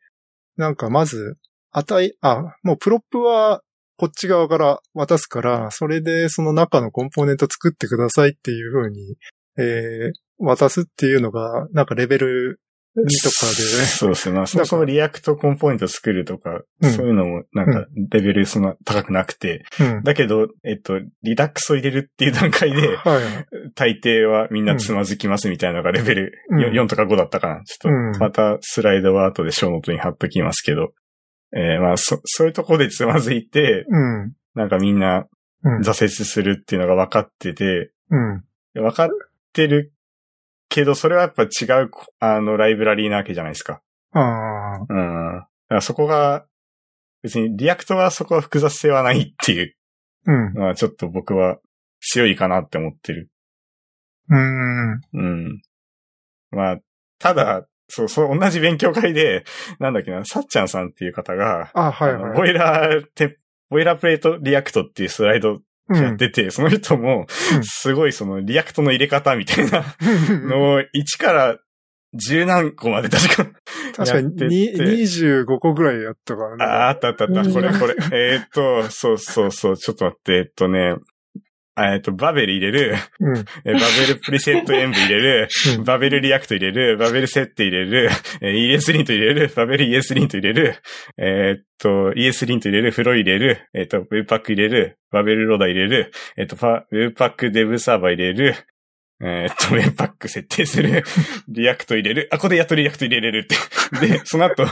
B: なんかまず、値、あ、もうプロップはこっち側から渡すから、それでその中のコンポーネント作ってくださいっていう風に、えー渡すっていうのが、なんかレベル2とかで、
A: そうですね。まあ、そもそもリアクトコンポイント作るとか、
B: うん
A: そういうのもなんかレベルそんな高くなくて、
B: うん。
A: だけど、えっと、リダックスを入れるっていう段階 で、
B: はい。
A: 大抵はみんなつまずきますみたいなのがレベル
B: うん
A: よ 4,、とか5だったかな。ちょ
B: うん
A: っと、またスライドは後でショーノートに貼っときますけど、えーまあ、そ、そういうとこでつまずいて、
B: うん。
A: なんかみんな
B: うん。
A: 挫折するっていうのが分かってて、
B: うん。
A: 分かってるけど、それはやっぱ違う、あの、ライブラリーなわけじゃないですか。
B: ああ。
A: うん。だからそこが、別にリアクトはそこは複雑性はないっていう
B: うん。
A: のはちょっと僕は強いかなって思ってる。
B: うん。
A: うん。まあ、ただ、そう、そう、同じ勉強会で、 なんだっけな、さっちゃんさんっていう方が、
B: あ、はい
A: あの
B: は
A: ボ
B: い。
A: イラーテボイラープレートリアクトっていうスライド
B: う
A: が
B: ん
A: 出て、その人も
B: う、ん
A: すごいそのリアクトの入れ方みたいなのを1から10何個まで確か
B: 確かにに
A: やってて
B: 25個ぐらいやったからね。
A: あ、あったあったあった。これこれ。えーっと、そうそうそう。ちょっと待って。えーっとね。あえーっと、バベル入れる。
B: うん。
A: えーバベルプリセット演舞入れる。
B: うん
A: バベルリアクト入れる。バベル設定入れる。えー ES リント入れる。バベル ES リント入れる。えーっと、ES リント入れる。フロー入れる。えーっと、ウェブパック入れる。バベルローダー入れる。えーっと、パウェブパックデブサーバー入れる。えーっと、ウェブパック設定す る。リアクト入れる。あ、ここでやっとリアクト入れれるって。で、その後、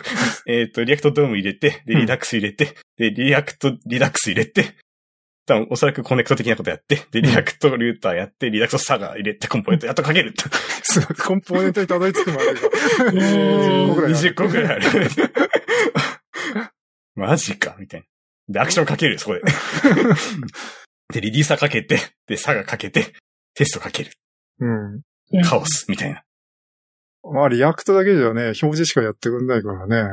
A: えーっと、リアクトドーム入れて、で、
B: うん
A: リダックス入れて、で、リアクトリダックス入れて、多分おそらくコネクト的なことやって、で、リアクトルーターやって、リダックスサガー入れて、コンポーネントやっとかけるって。
B: そう コンポーネントにたどり着くまでが
C: 20
B: 20個ぐらいある。
A: 20個ぐらいある。 マジか、みたいな。で、アクションかける、 そこで。で、リリーサーかけて、で、サガかけて、テストかける。
B: うん。
A: カオス、みたいな。
B: まあ、リアクトだけじゃね、表示しかやってくんないからね。まあ、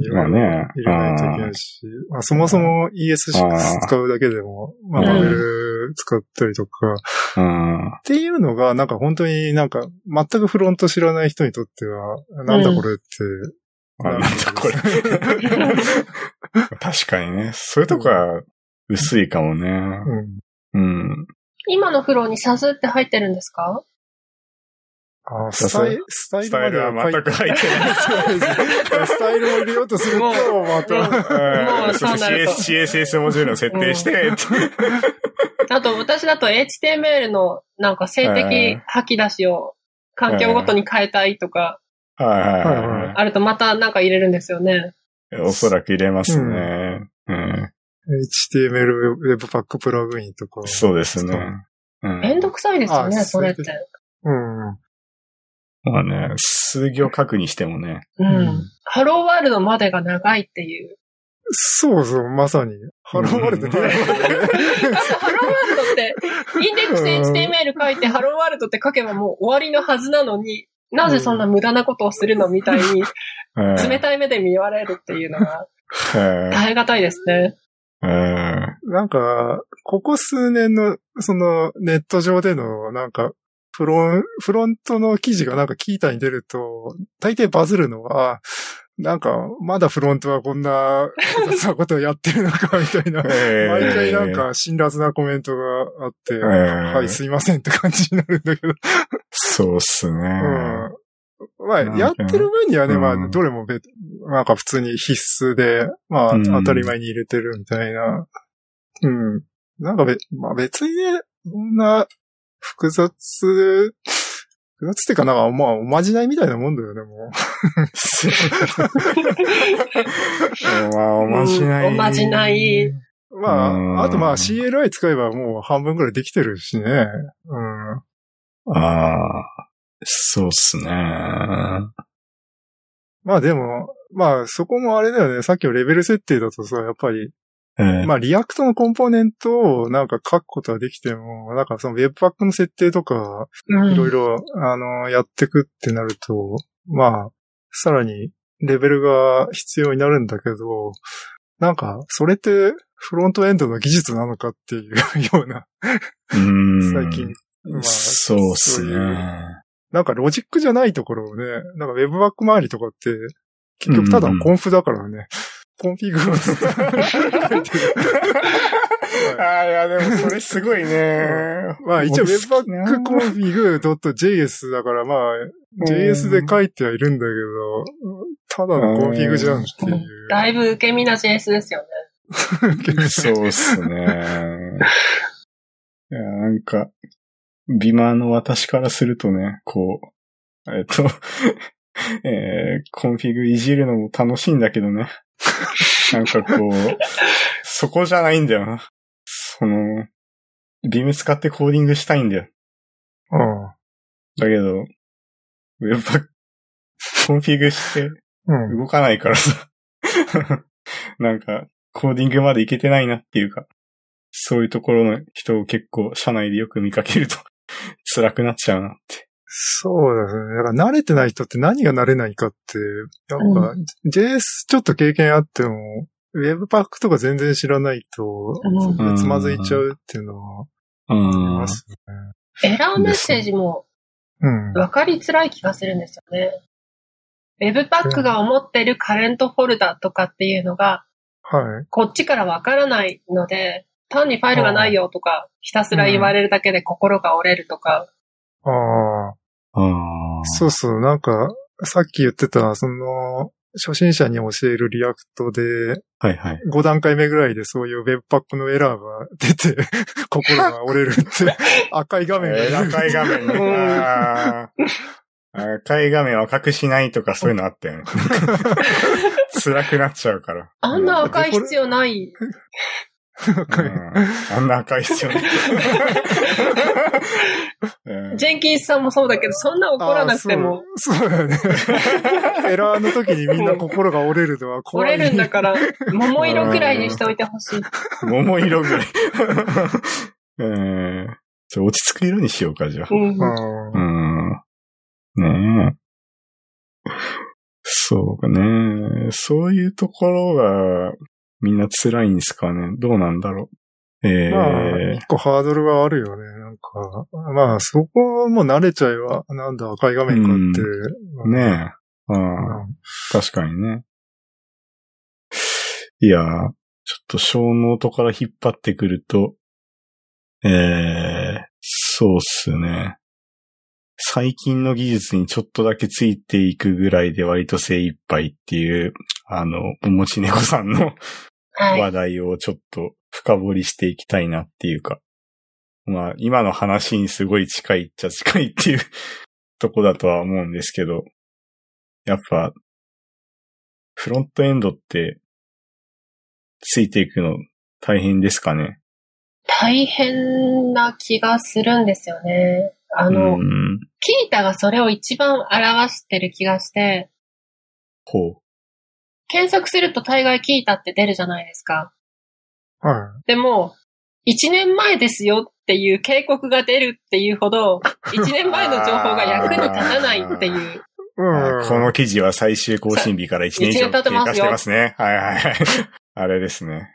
B: いろいろ
A: ね
B: 入れないといけないし。まあ、そもそも ES6 使うだけでも、まあ、
A: うん
B: モデル使ったりとか。っていうのが、なんか本当になんか、全くフロント知らない人にとっては、なんだこれって。
A: あなんだこ れ。確かにね。そういうとこは薄いかもね。
B: うん。
A: うん。
C: 今のフローにサスって入ってるんですか
B: あスタイル、スタイ
A: ス
B: ル
A: タ
B: ま
A: イル
B: では
A: は
B: 書い
A: 全く入ってない。
B: そうですスタイルを入れようとすると、また。
C: も う
A: そ
C: そう
A: し
C: な
A: て
C: ると
A: CS、CSS モジュールを設定して、
C: あと、私だと HTML のなんか性的吐き出しを環境ごとに変えたいとか、
A: はいはい
B: はいはい
A: は
B: はいい。
C: あるとまたなんか入れるんですよね。
A: おそらく入れますね。うん。
B: HTML ウェブパックプラグインとか。
A: そうですね
B: そう。
A: うん
C: めんどくさいですよね、
B: あ
C: それって。
B: うん。うん。
A: まあね、数行書くにしてもね。
C: うんん。ハローワールドまでが長いっていう。
B: そうそう、まさに。ハローワールド出ない
C: だってハローワールドって、インデックス HTML 書いてハローワールドって書けばもう終わりのはずなのに、なぜそんな無駄なことをするのみたい
A: う
C: に、
A: ん
C: 冷たい目で見られるっていうのが、
A: うん
C: 耐え難いですね。
A: うん
B: なんか、ここ数年の、その、ネット上での、なんか、フロン、フロントの記事がなんかキータに出ると、大抵バズるのは、なんか、まだフロントはこんな、複雑なことをやってるのか、みたい な。毎回なんか、辛辣なコメントがあって、
A: ー
B: はい、すいませんって感じになるんだけど。
A: そうっすね。
B: うん。まあ、
A: なんか
B: やってる分にはね、
A: うん
B: まあ、どれもべ、なんか普通に必須で、まあ、
A: うん
B: 当たり前に入れてるみたいな。うん。なんかべ、まあ別にね、そんな複雑、複雑っていうかなんか、まあ、おまじないみたいなもんだよね、も
A: まあ、おまじない。
C: うんおまじない。
B: う。ま
A: うん
B: あ、あとまあ CLI 使えばもう半分ぐらいできてるしね。う
A: あ
B: ん。
A: あ、そうっすね。
B: まあでも、まあそこもあれだよね、さっきのレベル設定だとさ、やっぱり
A: えー
B: まあ、リアクトのコンポーネントをなんか書くことはできても、なんかその Webpack の設定とか、
C: うん
B: いろいろ、あの、やってくってなると、まあ、さらにレベルが必要になるんだけど、なんか、それってフロントエンドの技術なのかっていうような、
A: うん
B: 最近。まあ
A: そうっす
B: そう
A: ね。
B: いうなんかロジックじゃないところをね、なんか Webpack 周りとかって、結局ただのコンフだからね、コンフィグをずっと書いてる。はい
A: ああ、いや、でもそれすごい ね。
B: まあ一応
A: もう好きな
B: webpackconfig.js だからまあ、JS で書いてはいるんだけど、ただのコンフィグじゃんっていう。
C: だいぶ受け身な JS ですよね。
A: そうっす ね。いや、なんか、ビマの私からするとね、こう、えっと、 えーコンフィグいじるのも楽しいんだけど ね。なんかこう、そこじゃないんだよな。その、ビム使ってコーディングしたいんだよ。だけど、やっぱ、コンフィグして
B: うん。うん。
A: 動かないからさ。 なんか、コーディングまでいけてないなっていうか、そういうところの人を結構社内でよく見かけると 辛くなっちゃうなって。
B: そうですね。だから慣れてない人って何が慣れないかって、やっぱ、JS ちょっと経験あっても、Webpack とか全然知らないと、
C: うん
B: つまずいちゃうっていうのは
A: う
B: あり
A: ん
B: ま。すね。
C: エラーメッセージも
B: うん。
C: 分かりづらい気がするんですよね。Webpack が思ってるカレントフォルダとかっていうのが、
B: はい。
C: こっちから分からないので、単にファイルがないよとか、ひたすら言われるだけで心が折れるとか。
B: ああ。
A: ああ。
B: そうそう、なんか、さっき言ってた、その、初心者に教えるリアクトで、
A: はいはい。
B: 5段階目ぐらいでそういう Webpack のエラーが出 て、心が折れるって、赤い画面が出
A: え
B: る。
A: ー赤い画面ね。
C: うん
A: あー 赤い画面は隠しないとかそういうのあ ったよね。辛くなっちゃうから。
C: あんな赤い必要ない。
A: うんあんな赤いっ すよね。うん
C: ジェンキンスさんもそうだけど、そんな怒らなくても、
B: そう。そうだ よね。エラーの時にみんな心が折れるのは怖
C: 折
B: い。
C: れるんだから、桃色くらいにしておいてほしい。
A: 桃色ぐらい。うんそれ落ち着く色にしようか、じゃあ。
C: うん
B: うん
A: うん。ねえ。そうかね。そういうところが、みんな辛いんですかね。どうなんだろう。ええ
B: まあ、一個ハードルはあるよね。なんか、まあ、そこはもう慣れちゃえば、なんだ赤い画面かって。
A: ねえ。あ
B: う
A: あ
B: ん
A: 確かにね。いやー、ちょっと小ノートから引っ張ってくると、えー、そうっすね。最近の技術にちょっとだけついていくぐらいで割と精一杯っていう、あの、おもち猫さんの
C: は
A: 話
C: い。
A: 題をちょっと深掘りしていきたいなっていうか、まあ、今の話にすごい近いっちゃ近いっていう とこだとは思うんですけど、やっぱ、フロントエンドって、ついていくの大変ですかね。
C: 大変な気がするんですよね。あ
A: あう
C: の、
A: ん、
C: キータがそれを一番表してる気がして、
A: ほ
C: 検索すると大概キータって出るじゃないですか。
B: は
C: でも、1年前ですよっていう警告が出るっていうほど、1年前の情報が役に立たないっていう。
B: い。
A: う
B: うん。
A: この記事は最終更新日から1年以上
C: 一年経って
A: 経
C: ま
A: 過
C: す
A: し
C: よ
A: てますね。はいはいはい。 あれですね。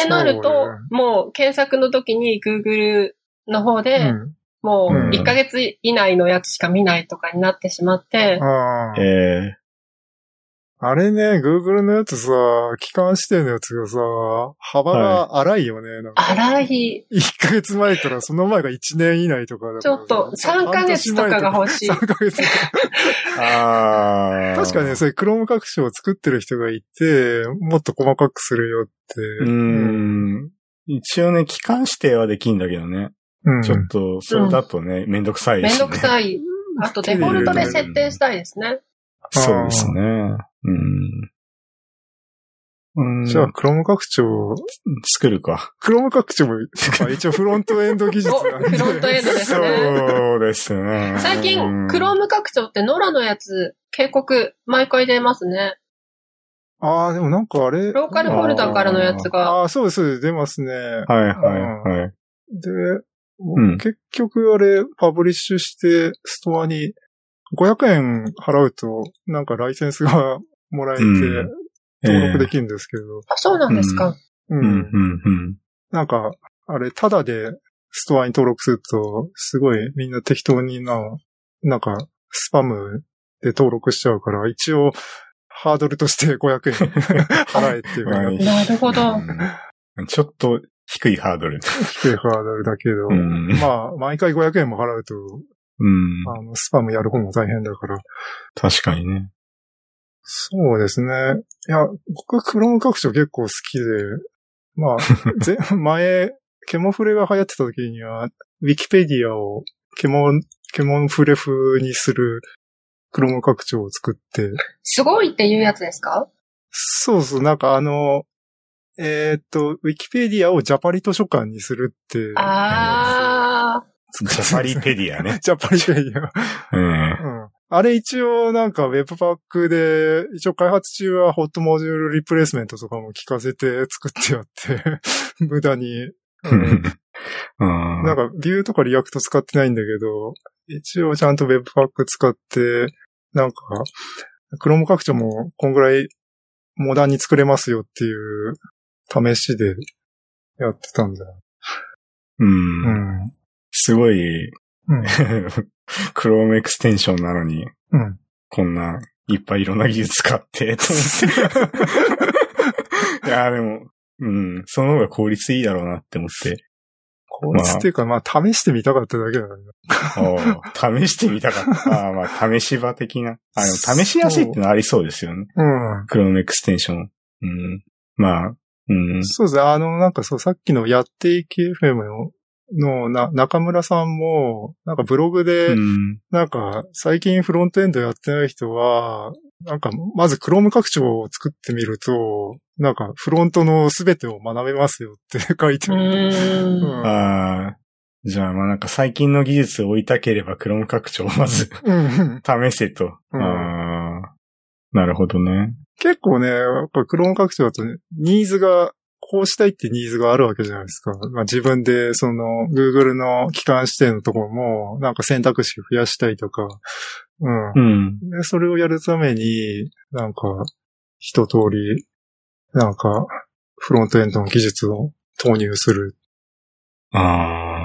C: ってなると
B: そうね、
C: もう検索の時に Google の方で、
B: うん
C: も
A: うん
C: う1ヶ月以内のやつしか見ないとかになってしまって、
B: ああ
A: え
B: あれね、Google のやつさ、機関指定のやつがさ、幅が荒いよね。なんか
C: 荒い。
B: 1ヶ月前からその前が1年以内とかだ
C: ちょっと、3ヶ月とかが欲しい。
B: 3ヶ月。
D: ああ。
B: 確かね、それ、クローム拡張を作ってる人がいて、もっと細かくするよって。
A: うーん。一応ね、期間指定はできんだけどね。
B: うん。
A: ちょっと、それだとね、めんどくさいで
C: めん
A: すね。
C: どくさい。あと、デフォルトで設定したいですね。
A: そうですね。うん。うん。
B: じゃあ、クローム拡張、
A: 作るか。
B: クローム拡張も、あ一応フロントエンド技術
C: お、
B: なんで。
C: フロントエンドです
A: そ
C: ね。
A: うですね。
C: 最近、クローム拡張ってノラのやつ、警告、毎回出ますね。
B: ああ、でもなんかあれ。
C: ローカルフォルダからのやつが。
B: ああ、そうです、そうです、出ますね。
A: はいはいはい。
B: で、
A: ん
B: 結局あれ、パブリッシュして、ストアに、500円払うと、なんかライセンスが もらえて、
A: うん
B: 登録で
A: き
B: きるんですけど、
C: あそうなんですか。
B: うん。
A: うんうんうん。
B: なんか、あれ、ただでストアに登録すると、すごいみんな適当にな、なんか、スパムで登録しちゃうから、一応、ハードルとして500円 払えっていうのが
A: はい
C: なるほど。
A: うんちょっと低いハードル。
B: 低いハードルだけど、
A: うん
B: まあ、毎回500円も払うと、
A: うん。
B: あの、スパムやる方も大変だから、
A: 確かにね。
B: そうですね。いや、僕はクローム拡張結構好きで、まあ、ぜ前、ケモフレが流行ってた時には、ウィキペディアをケモン、ケモンフレ風にするクローム拡張を作って、
C: すごいっていうやつですか
B: そうそう、なんかあの、えーっと、ウィキペディアをジャパリ図書館にするって、
C: あ
A: ジャパリペディアね。
B: ジャパリペディア。
A: うん。
B: うん。あれ一応なんか Webpack で、一応開発中は Hot モジュールリプレイスメントとかも聞かせて作ってやって、 無駄に。うん
A: うん
B: なんか Vue とか React 使ってないんだけど、一応ちゃんと Webpack 使って、なんか、Chrome 拡張もこんぐらいモダンに作れますよっていう試しでやってたんだよ。
A: うん
B: う。
A: すごい、
B: ん。うん。
A: クロームエクステンションなのに、
B: うん
A: こんないっぱいいろんな技術使って、 と思って。いやー、でも、うん、その方が効率いいだろうなって思って、
B: こいつっていうか、まあ試してみたかっただけだね。
A: あー試してみたか った。あーまあ、試し場的な。あでも試しやすいってのはありそうですよね。
B: うん。
A: クロームエクステンション。うん。まあ、うん。
B: そうですね。あの、なんかそう、さっきのやっていき FM の、のな、中村さんも、なんかブログ
A: う
B: で、
A: ん。
B: なんか、最近フロントエンドやってない人は、なんか、まず Chrome 拡張を作ってみると、なんか、フロントのすべてを学べますよって書いて
C: あ。う
B: ある。
C: ーん。
B: う
A: ああ、じゃあまあなんか最近の技術を置いたければクローム拡張をまず
B: んうん
A: 試せと。
B: うん
A: ああ、なるほどね。
B: 結構ね、やっぱ Chrome 拡張だとね、ニーズが、こうしたいってニーズがあるわけじゃないですか。まあ自分で、その、Google の機関指定のところも、なんか選択肢増やしたいとか、うん。
A: うん。
B: で、それをやるために、なんか、一通り、なんか、フロントエンドの技術を投入する。
A: ああ。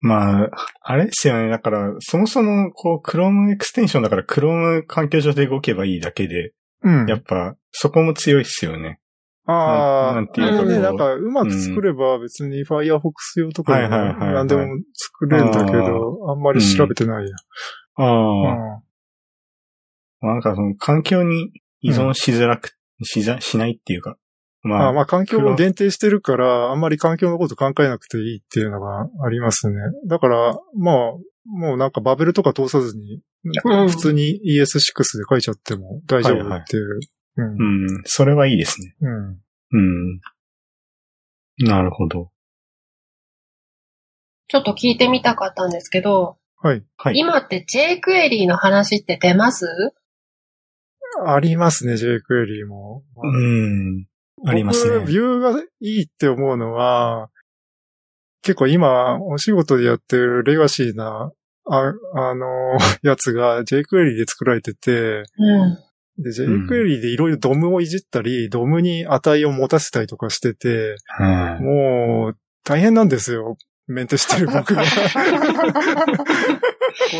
A: まあ、あれですよね。だから、そもそも、こう、Chrome エクステンションだから Chrome 環境上で動けばいいだけで、
B: うん
A: やっぱ、そこも強いっすよね。
B: あ
A: な
B: あ、
A: んなんていう
C: か
B: あれね、
A: こう
B: なんか、うまく作れば別に Firefox 用とかでも
A: はいはいはいはい
B: 何でも作れるんだけど、あんまり調べてないや。
A: あ
B: う
A: あ。
B: ん
A: なんかその、環境に依存しづらく、しざ、しないっていうか。ま
B: あ
A: あ、
B: あまあ環境を限定してるから、あんまり環境のこと考えなくていいっていうのがありますね。だから、まあ、もうなんかバベルとか通さずに、
C: うん
B: 普通に ES6 で書いちゃっても大丈夫っていう。うん
A: うん、それはいいですね。
B: うん
A: うん。なるほど。
C: ちょっと聞いてみたかったんですけど、
B: はい。
A: はい
C: 今って JQuery の話って出ます
B: ありますね、J クエリーも。
A: うん。あります
B: 僕、ビ
A: ね。
B: ューがいいって思うのは、結構今、お仕事でやってるレガシーな、あ、あの、 やつが J クエリーで作られてて、
C: うん。
B: で、
A: ん
B: jQuery でいろいろドムをいじったり、ドムに値を持たせたりとかしてて、
A: うん
B: もう、大変なんですよ。メンテしてる僕が。こ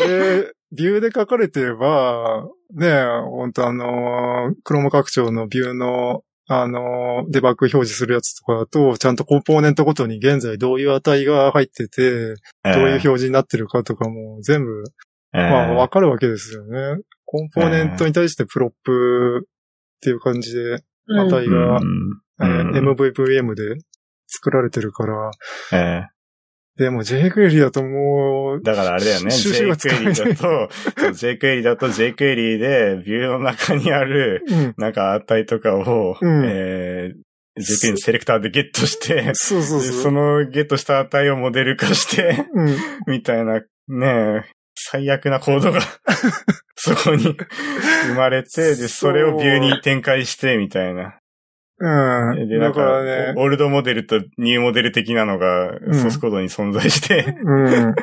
B: れ、ビューで書かれてれば、ねえ、本当あのー、クローム拡張のビューの、あのー、デバッグ表示するやつとかだと、ちゃんとコンポーネントごとに現在どういう値が入ってて、
A: ど
B: どういう表示になってるかとかも全部、
A: えー
B: まあ、わかるわけですよね。コンポーネントに対してプロップっていう感じで、
C: うん
B: 値が、え
A: うん
B: ー MVVM で作られてるから、
A: えー
B: でも JQuery だともう、
A: だからあれだよね。
B: 収集がつかない
A: JQuery だと、そう JQuery だと JQuery で、ビューの中にある、
B: うん。
A: なんか値とかを、
B: うん
A: えー、JQuery のセレクターでゲットして、
B: そうそう
A: で
B: そう。
A: そのゲットした値をモデル化して、
B: うん。
A: みたいな、ねえ最悪なコード が、そこに生まれて、で、それをビューに展開して、みたいな。
B: うん。
A: で、な
B: だ
A: ん
B: か
A: から
B: ね、
A: オールドモデルとニューモデル的なのが、
B: ん
A: ソースコードに存在して、
B: うん。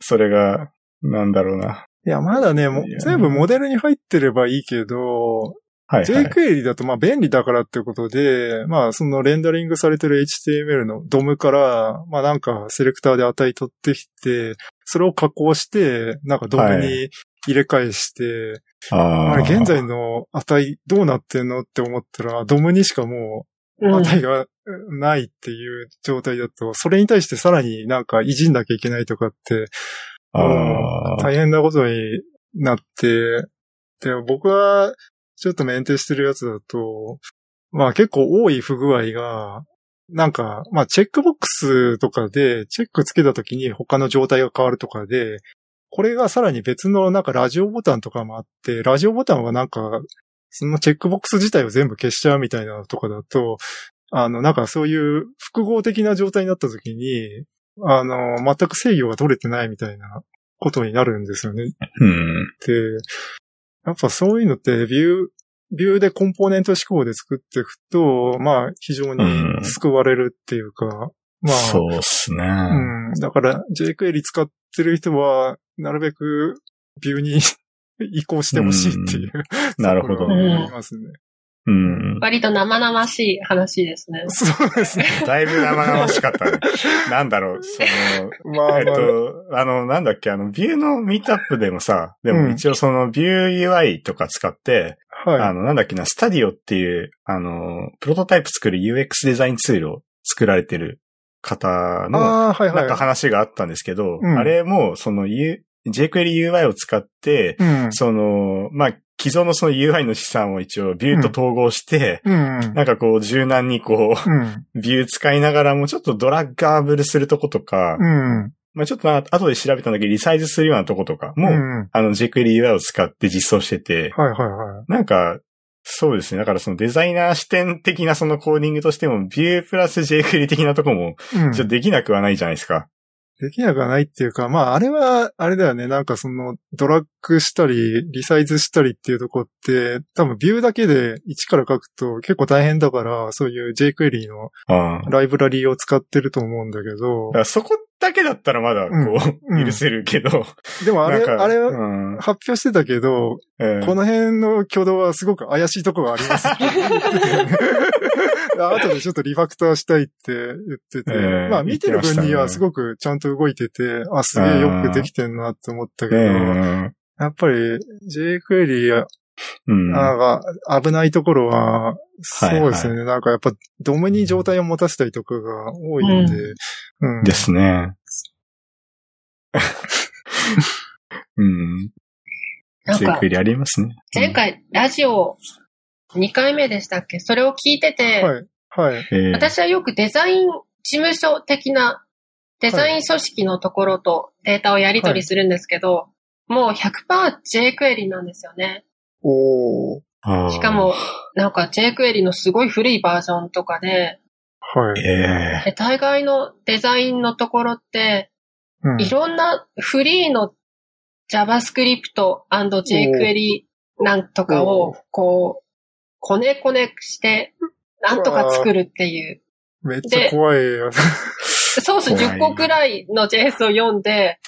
A: それが、なんだろうな。
B: いや、まだね、も
A: いや
B: 全部モデルに入ってればいいけど、
A: はい、はい。
B: jQuery だとまあ便利だからってことで、まあそのレンダリングされてる HTML のドムから、まあなんかセレクターで値取ってきて、それを加工して、なんかドム
A: は
B: に入れ替えして、
A: あ
B: あ
A: ー
B: れ現在の値どうなってんのって思ったら、ドムにしかもう
C: うん
B: 値がないっていう状態だと、それに対してさらになんかいじんなきゃいけないとかって、
A: あー
B: 大変なことになって、で、僕はちょっとメンテしてるやつだと、まあ結構多い不具合が、なんか、まあチェックボックスとかで、チェックつけた時に他の状態が変わるとかで、これがさらに別のなんかラジオボタンとかもあって、ラジオボタンはなんか、そのチェックボックス自体を全部消しちゃうみたいなのとかだと、あの、なんかそういう複合的な状態になった時に、あの、全く制御が取れてないみたいなことになるんですよね。
A: うん。
B: で、やっぱそういうのってビュー、ビューでコンポーネント思考で作っていくと、まあ非常
A: うん
B: に救われるっていうか、まあ、
A: そうっすね。
B: うん。だから JQuery 使ってる人は、なるべくビューに 移行してほしいっていう、
A: なるほど
B: ところがありますね。
A: うん。
C: 割と生々しい話ですね。
B: そうですね。
A: だいぶ生々しかった ね。なんだろう、その、
B: まあまあ
A: えっ、と、あの、なんだっけ、あの、ビューのミートアップでもさ、で
B: う
A: も
B: ん
A: 一応そのビュー UI とか使って、あ
B: はい。
A: の、なんだっけな、スタディオっていう、あの、プロトタイプ作る UX デザインツールを作られてる方の、
B: ああー、はい
A: なんか
B: は
A: 話があったんですけど、
B: うん
A: あれも、その、U、jQuery UI を使って、
B: い。うん。
A: その、まあ、既存のその UI の資産を一応ビューと統合して、
B: うん。
A: なんかこう柔軟にこ
B: うん。
A: う、 ビュー使いながらもちょっとドラッガーブルするとことか、
B: うん。
A: まあちょっとな後で調べたんだけど、リサイズするようなとことかも、
B: うん。
A: あの jQuery UI を使って実装してて、
B: はいはいは
A: なんか、そうですね。だからそのデザイナー視点的なそのコーディングとしても、ビュープラス jQuery 的なとこも、
B: い。うん
A: ちょっとできなくはないじゃないですか。
B: できなくはないっていうか、まあ、あれは、あれだよね、なんかその、ドラッグしたり、リサイズしたりっていうとこって、多分ビューだけで一から書くと結構大変だから、そういう jQuery の
A: うん。だ
B: ライブラリーを使ってると思うんだけど
A: か、らそこだけだったらまだ、こう、
B: うん
A: 許せるけど。
B: でもあれ、
A: なんか
B: あれ、
A: うん
B: 発表してたけど、
A: うん
B: この辺の挙動はすごく怪しいとこがあります。 あとでちょっとリファクターしたいって言ってて、
A: ええ
B: まあ見てる分に
A: 言ってました
B: は
A: ね
B: すごくちゃんと動いてて、あ、すげえよくできてんなって思ったけど、
A: うん
B: やっぱり jQuery
A: うん。
B: が危ないところは、そうですよね。なんかやっぱドムに状態を持たせたりとかが多いんで。うん
A: です ね。うん。
C: なんか、
A: jQuery ありますね。
C: 前回ラジオ2回目でしたっけそれを聞いてて、
B: はい。はい。
A: うん、えー
C: 私はよくデザイン事務所的なデザイン組織のところとデータをやり取りするんですけど、もう 100%jQuery なんですよね。
B: おー。
A: あー
C: しかも、なんか jQuery のすごい古いバージョンとかで、
B: はい。
A: え
C: で大概のデザインのところって、
B: うん
C: いろんなフリーの JavaScript&jQuery なんとか
B: お
C: を
B: ー、
C: こう、こねこねして、なんとか作るっていう。
B: めっちゃ怖いよ。
C: ソース10個くらいの JS を読んで、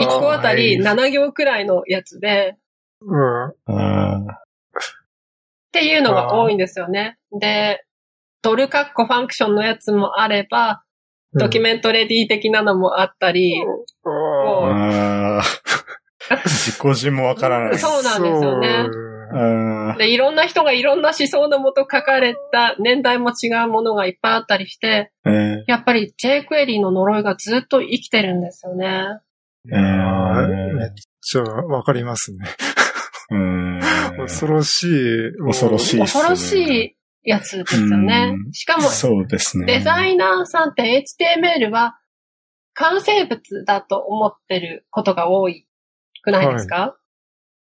C: 1個あたり7行くらいのやつで、
B: うん。
A: ーあ
C: っていうのが多いんですよね。で、ドルカッコファンクションのやつもあれば、ドキュメントレディ的なのもあったり、
A: ー
B: あ
A: あー。自己人もわからな
B: ー
A: い。
C: そうなんですよね
B: そう
A: うん。
C: で、いろんな人がいろんな思想のもと書かれた年代も違うものがいっぱいあったりして、
A: え
C: やっぱり J クエリーの呪いがずっと生きてるんですよね。
A: ー、え
B: めっちゃわかりますね。
A: ー、うん。
B: 恐ろしい。
A: 恐ろしいっすね
C: 恐ろしいやつですよね
A: う。ん
C: しかも、
A: そうですね。
C: デザイナーさんって HTML は完成物だと思ってることが多いくないですか、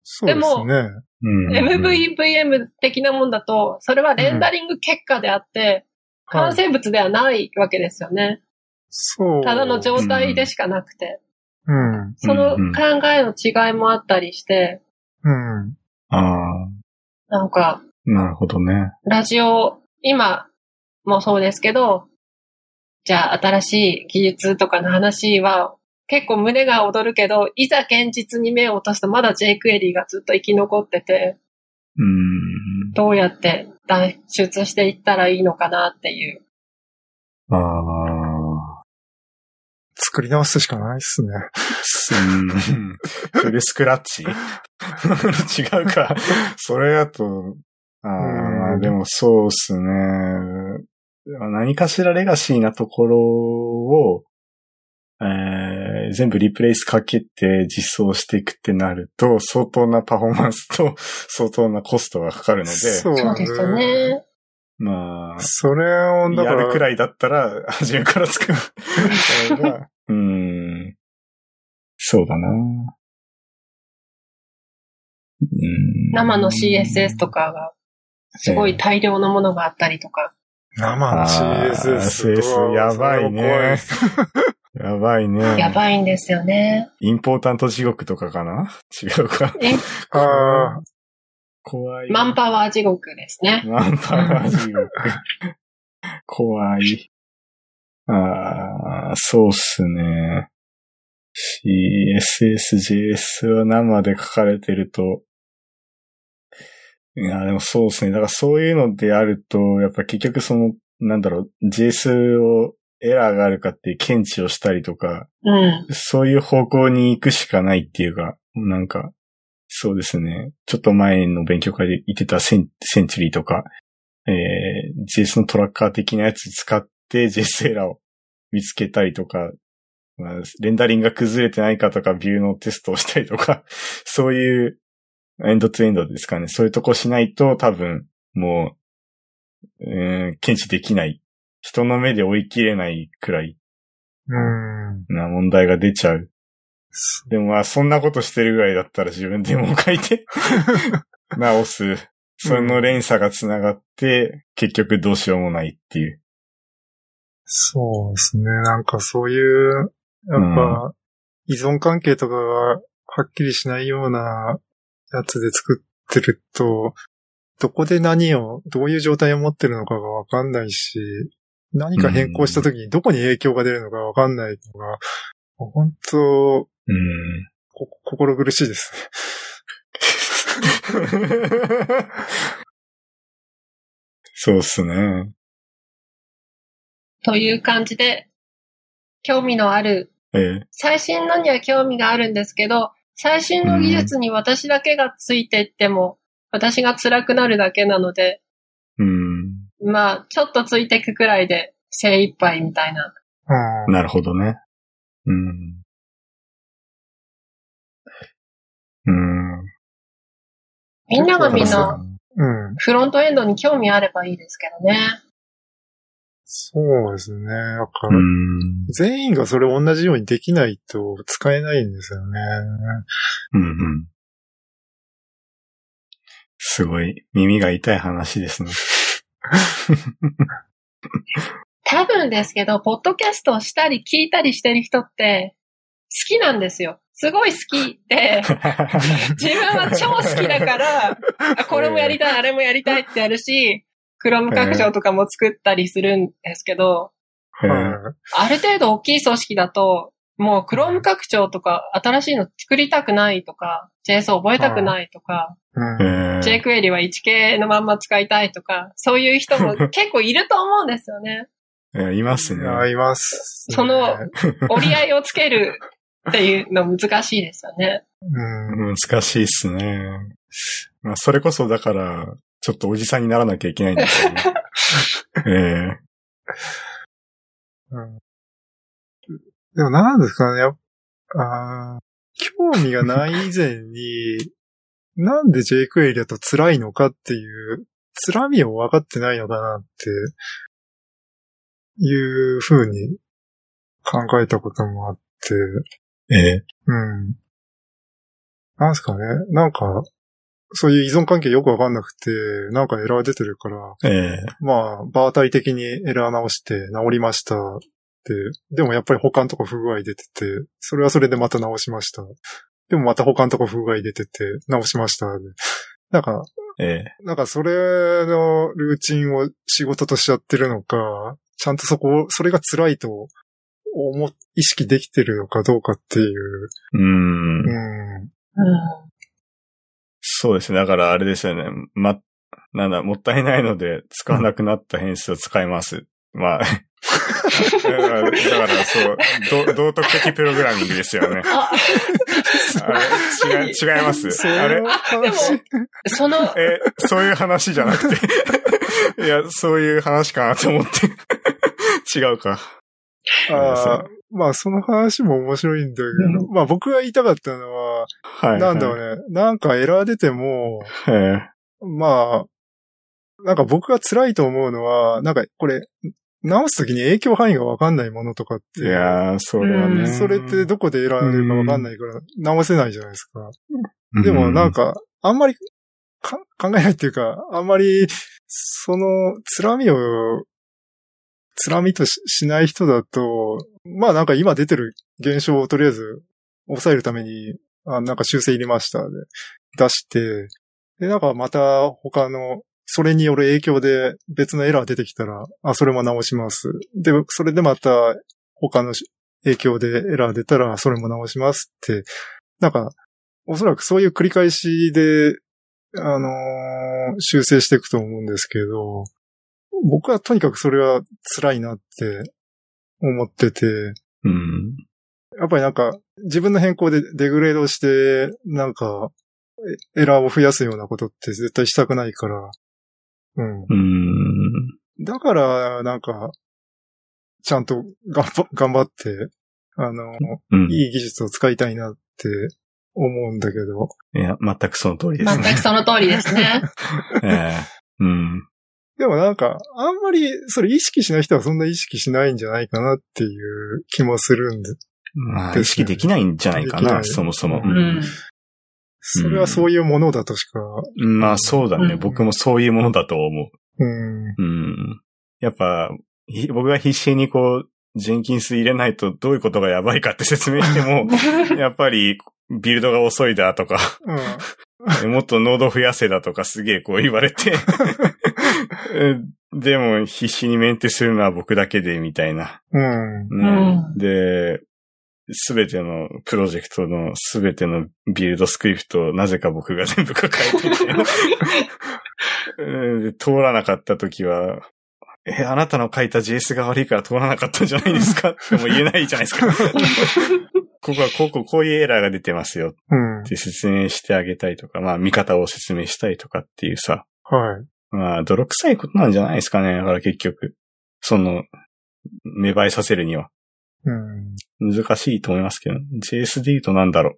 B: そうですね。
A: うん。
C: ?MVVM 的なもんだと、それはレンダリング結果であって、完
B: はい
C: 成物ではないわけですよね。
B: そう。
C: ただの状態でしかなくて。
B: うん。
C: その
A: うんうん
C: 考えの違いもあったりして、
B: うん。
A: ああ、
C: なんか、
A: なるほどね。
C: ラジオ、今もそうですけど、じゃあ新しい技術とかの話は結構胸が躍るけど、いざ現実に目を落とすとまだ J クエリーがずっと生き残ってて、
A: うん。
C: どうやって脱出していったらいいのかなっていう。
A: ああ、
B: 作り直すしかないっすね。
A: うん。フルスクラッチ 違うか。それだと、あ
B: う
A: あ、
B: ん
A: でもそうっすね。何かしらレガシーなところを、えー全部リプレイスかけて実装していくってなると、相当なパフォーマンスと 相当なコストがかかるので、
B: う
C: そうですよ。ね。
A: まあ、
B: それを、だ
A: や
B: か
A: るく
B: ら、
A: らいだったら、初めから作る。それがうん。そうだな。うん
C: 生の CSS とかが、すごい大量のものがあったりとか。
B: 生の
A: あー
B: CSS とは。
A: CSS やばいね
B: それも怖です
A: やばいね。
C: やばいんですよね。
A: インポータント地獄とかかな違うか。
C: え、
B: あ
A: 怖い。
C: マンパワー地獄ですね。
A: マンパワー地獄。怖い。ああ、そうっすね。CSS、JS は生で書かれてると、いや、でもそうですね。だからそういうのであると、やっぱ結局その、なんだろう、JS をエラーがあるかっていう検知をしたりとか、
C: うん。
A: そういう方向に行くしかないっていうか、なんか、そうですね。ちょっと前の勉強会で言ってたセンセンチュリーとか、えー、JS のトラッカー的なやつ使って JS エラーを見つけたりとか、まあレンダリングが崩れてないかとか、ビューのテストをしたりとか、 そういうエンドツーエンドですかね。そういうとこしないと多分、もう、うーん、検知できない。人の目で追い切れないくらい
B: ーうん。
A: な問題が出ちゃう。でもまあ、そんなことしてるぐらいだったら自分でも書い て、直す。その連鎖が繋がって、結局どうしようもないっていう。
B: そうですね。なんかそういう、やっぱ、依存関係とかがはっきりしないようなやつで作ってると、どこで何を、どういう状態を持ってるのかがわかんないし、何か変更した時にどこに影響が出るのかわかんないのが、もう本当
A: うん。
B: こ心苦しいですね。
A: そうっすね。
C: という感じで、興味のある
A: ええ。
C: 最新のには興味があるんですけど、最新の技術に私だけがついていっても、私が辛くなるだけなので、
A: うん。
C: まあ、ちょっとついていくくらいで精一杯みたいな。
B: うん
A: なるほどね。うん。うん。
C: みんながみん
B: そう
C: な
B: うん。
C: フロントエンドに興味あればいいですけどね。
B: そうですね。なんか
A: う、ん。
B: 全員がそれ同じようにできないと使えないんですよね。
A: うんうん。すごい、耳が痛い話ですね。
C: 多分ですけど、ポッドキャストをしたり聞いたりしてる人って、好きなんですよ。すごい好きで、自分は超好きだから、あこれもやりたい、あれもやりたいってやるし、クローム拡張とかも作ったりするんですけど、
A: うん
B: はい。
C: ある程度大きい組織だと、もうクローム拡張とか新しいの作りたくないとか、JS を覚えたくないとか、
B: うん
A: えー
C: j クエリは 1K のまんま使いたいとか、そういう人も 結構いると思うんですよね。
A: えーいますね。
B: 合います。
C: その折り合いをつけるっていうの難しいですよね。
B: うん。
A: 難しいっすね。まあ、それこそだから、ちょっとおじさんにならなきゃいけないんですよね。ええ
B: でもなんですかね、やっぱ、あー興味がない以前に、 なんで J クエリだと辛いのかっていう、辛みを分かってないのかなって、いう風に考えたこともあって、
A: ええ
B: うん。なんですかね、なんか、そういう依存関係よくわかんなくて、なんかエラー出てるから、
A: え
B: まあ、場当たり的にエラー直して治りましたって、でもやっぱり他のとこ不具合出てて、それはそれでまた直しました。でもまた他のとこ不具合出てて、直しましたで。なんか、
A: ええ
B: なんかそれのルーチンを仕事としちゃってるのか、ちゃんとそこを、それが辛いと思、意識できてるのかどうかっていう。
A: うー。
B: うんん。
C: うん
A: そうですね。だからあれですよね。ま、なんだ、もったいないので使わなくなった変数を使います。まあ。 だから、だからそう、道道徳的プログラミングですよね。
C: あ、
A: あれ違い、違います。
B: そう
A: あれ
C: でもその、
A: え、そういう話じゃなく て。いや、そういう話かなと思って。違うか。
B: あーまあその話も面白いんだけど、まあ僕が言いたかったのは、
A: はい。
B: なんだろうね。なんかエラー出ても、
A: はい。え
B: まあ、なんか僕が辛いと思うのは、なんかこれ、直すときに影響範囲がわかんないものとかって。
A: えいやー、それは
C: う
A: ね。
C: ん
B: それってどこでエラー出るかわかんないから、直せないじゃないですか。でもなん
A: か、
B: か、あんまりか考えないっていうか、あんまり、その、辛みを、辛みとししない人だと、まあなんか今出てる現象をとりあえず抑えるために、あなんか修正入れましたで、出して、で、なんかまた他の、それによる影響で別のエラー出てきたら、あ、それも直します。で、それでまた他のし影響でエラー出たら、それも直しますって、なんか、おそらくそういう繰り返しで、あのー修正していくと思うんですけど、僕はとにかくそれは辛いなって思ってて、
A: うん。
B: やっぱりなんか自分の変更でデグレードして、なんかえエラーを増やすようなことって絶対したくないから、うん。
A: うん。
B: だから、なんか、ちゃんと頑張頑張って、あの、
A: うん。い
B: いい技術を使いたいなって思うんだけど、
A: や、全くその通りです
C: 全
A: ね。
C: くその通りですね。
A: ええうん。
B: でもなんか、あんまり、それ意識しない人はそんな意識しないんじゃないかなっていう気もするんで、
A: ま
B: 確
A: あ、
B: かに
A: 意識できないんじゃないか
B: できな
A: な、
B: い
A: そもそも。
B: う
C: うん。
B: それはそういうものだとしか、
A: うんまあ、そうだ
C: う
A: ね。
C: ん
A: 僕もそういうものだと思
B: うん、
A: う。うん。やっぱ、ひ僕が必死にこう、ジェンキンス入れないとどういうことがやばいかって説明しても、 やっぱり、ビルドが遅いだと か、
B: うん、
A: もっと濃度増やせだとかすげえこう言われて、 でも必死にメンテするのは僕だけで、みたいな。
B: うん、
A: ね
C: うん
A: で、すべてのプロジェクトのすべてのビルドスクリプトをなぜか僕が全部抱えてて うんで通らなかった時は、え、あなたの書いた JS が悪いから通らなかったんじゃないですかっても言えないじゃないです か。ここはこうこうこういうエラーが出てますよ
B: うん、
A: って説明してあげたりとか、まあ見方を説明したりとかっていうさ、
B: はい。
A: まあ泥臭いことなんじゃないですかね。だから結局、その、芽生えさせるには。
B: うん、
A: 難しいと思いますけど、JS で言うとなんだろ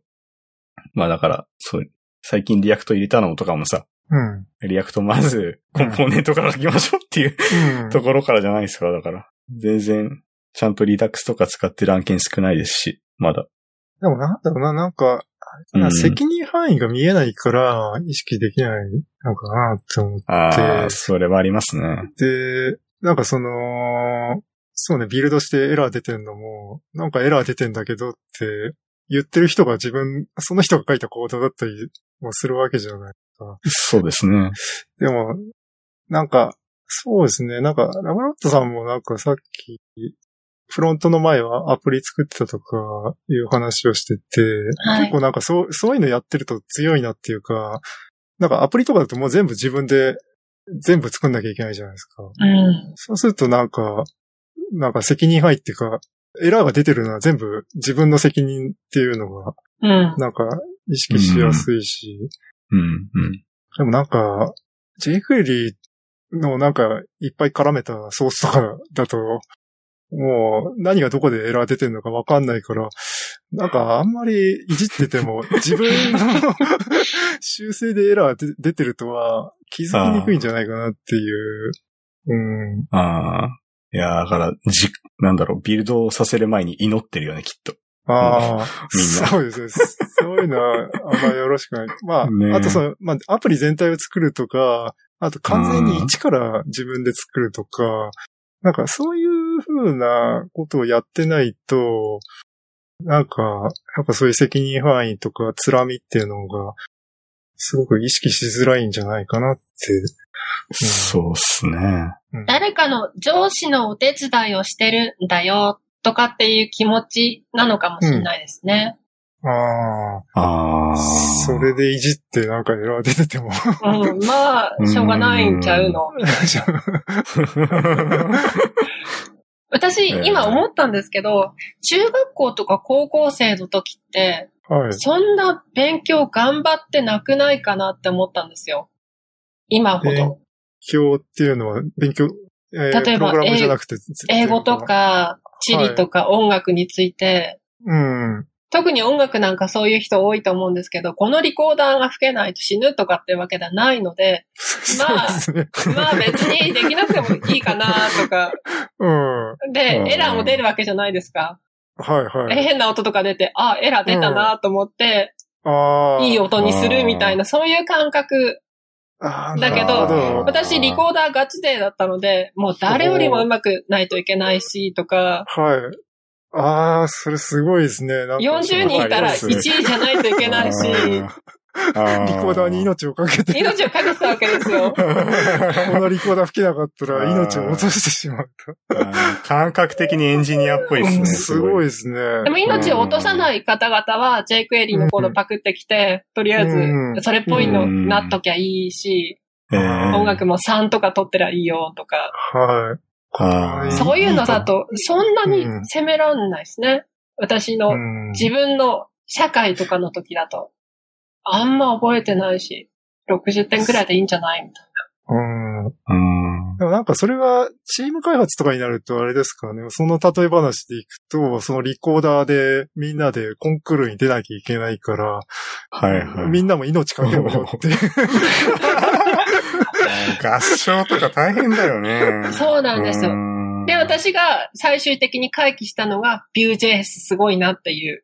A: う。まあだから、そう、最近リアクト入れたのとかもさ、
B: うん、
A: リアクトまずコンポーネントから書きましょうっていう
B: うん。
A: ところからじゃないですか、だから。全然、ちゃんとリダックスとか使ってる案件少ないですし、まだ。
B: でもなんだろうな、なんか、
A: うん
B: 責任範囲が見えないから意識できないのかなって思っ
A: あ
B: で
A: あ、それはありますね。
B: で、なんかその、そうね、ビルドしてエラー出てんのも、なんかエラー出てんだけどって言ってる人が自分、その人が書いたコードだったりもするわけじゃない。
A: そうですね。
B: でも、なんか、そうですね、なんか、ラブロットさんもなんかさっき、フロントの前はアプリ作ってたとかいう話をしてて、
C: はい
B: 結構なんかそう、そういうのやってると強いなっていうか、なんかアプリとかだともう全部自分で全部作んなきゃいけないじゃないですか。
C: うん。
B: そうするとなんか、なんか責任範囲っていうか、エラーが出てるのは全部自分の責任っていうのが、
C: うん。
B: なんか意識しやすいし、
A: うん、うん。
B: でもなんか、jQuery のなんか、いっぱい絡めたソースとかだと、もう何がどこでエラー出てるのかわかんないから、なんかあんまりいじってても自分の 修正でエラーで出てるとは気づきにくいんじゃないかなっていう。うん。
A: ああ。いやー、だから、じ、なんだろう、ビルドをさせる前に祈ってるよね、きっと。
B: ああ、
A: みんな
B: そうですね。そういうのはあんまりよろしくない。まあ、
A: ねえ
B: あとその、まあ、アプリ全体を作るとか、あと完全に一から自分で作るとか、なんかそういうふうなことをやってないと、なんか、やっぱそういう責任範囲とか、つらみっていうのが、すごく意識しづらいんじゃないかなって。
A: そうっすね。
B: うん
C: 誰かの上司のお手伝いをしてるんだよとかっていう気持ちなのかもしれないですね。
B: あ
A: あ
B: あ、
A: あ。
B: それでいじってなんかエラー出てても、
C: うん、まあ、しょうがないんちゃうの。私、
A: ええ
C: 今思ったんですけど、中学校とか高校生の時って、
B: はい。
C: そんな勉強頑張ってなくないかなって思ったんですよ。今ほど。
B: 教っていうのは勉強、えー
C: 例えば
B: プログラムじゃなくて、つ
C: 英語と。か、地理とか音楽について、
B: うん。
C: 特に音楽なんかそういう人多いと思うんですけど、このリコーダーが吹けないと死ぬとかってわけではないので、
B: そうですね。
C: まあ別にできなくてもいいかなとか。
B: うん。は
C: で、
A: うん
C: エラーも出るわけじゃないですか。
B: いはい。
C: 変な音とか出て、あ、エラー出たなと思って、
B: ああ。
C: いい。音にするみたいな、そういう感覚。
B: ああ、
C: だけど
B: なるほ
A: あー
C: 私、リコーダーガチ勢だったので、もう誰よりも上手くないといけないし、とか、
B: はい。ああ、それすごいですね。なんか
C: 40人いたら
A: そ
C: 1
A: う
C: 位じゃないといけないし、
A: あー。
B: リコーダーに命をかけて、
C: 命をかけてたわけですよ。
B: このリコーダー吹けなかったら命を落としてしまっ
A: あー 感覚的にエンジニアっぽいで
B: た。
A: すね。
B: すごい
A: い。
B: ですね。
C: でも命を落とさない方々は JQuery のコードパクってきて、とりあえ
B: うん
C: ず、それっぽいの
A: うん
C: なっときゃいいし、
A: え
B: うん
A: ー
C: 音楽も3とか取ってりゃいいよとか、
B: はい。
A: あー
C: そういうのだと、そんなに
B: うん
C: 責めらんないですね。私の
B: うん
C: 自分の社会とかの時だと、あんま覚えてないし、60点くらいでいいんじゃないみたい
B: うん。
A: うん。
B: でもなんかそれがチーム開発とかになるとあれですかね。その例え話でいくと、そのリコーダーでみんなでコンクールに出なきゃいけないから、
A: はいはい。
B: みんなも命かけろよって。
A: 合唱とか大変だよね
C: な。。そうなんですよ。
A: よ
C: で、私が最終的に回帰したのが Vue.js すごいなっていう。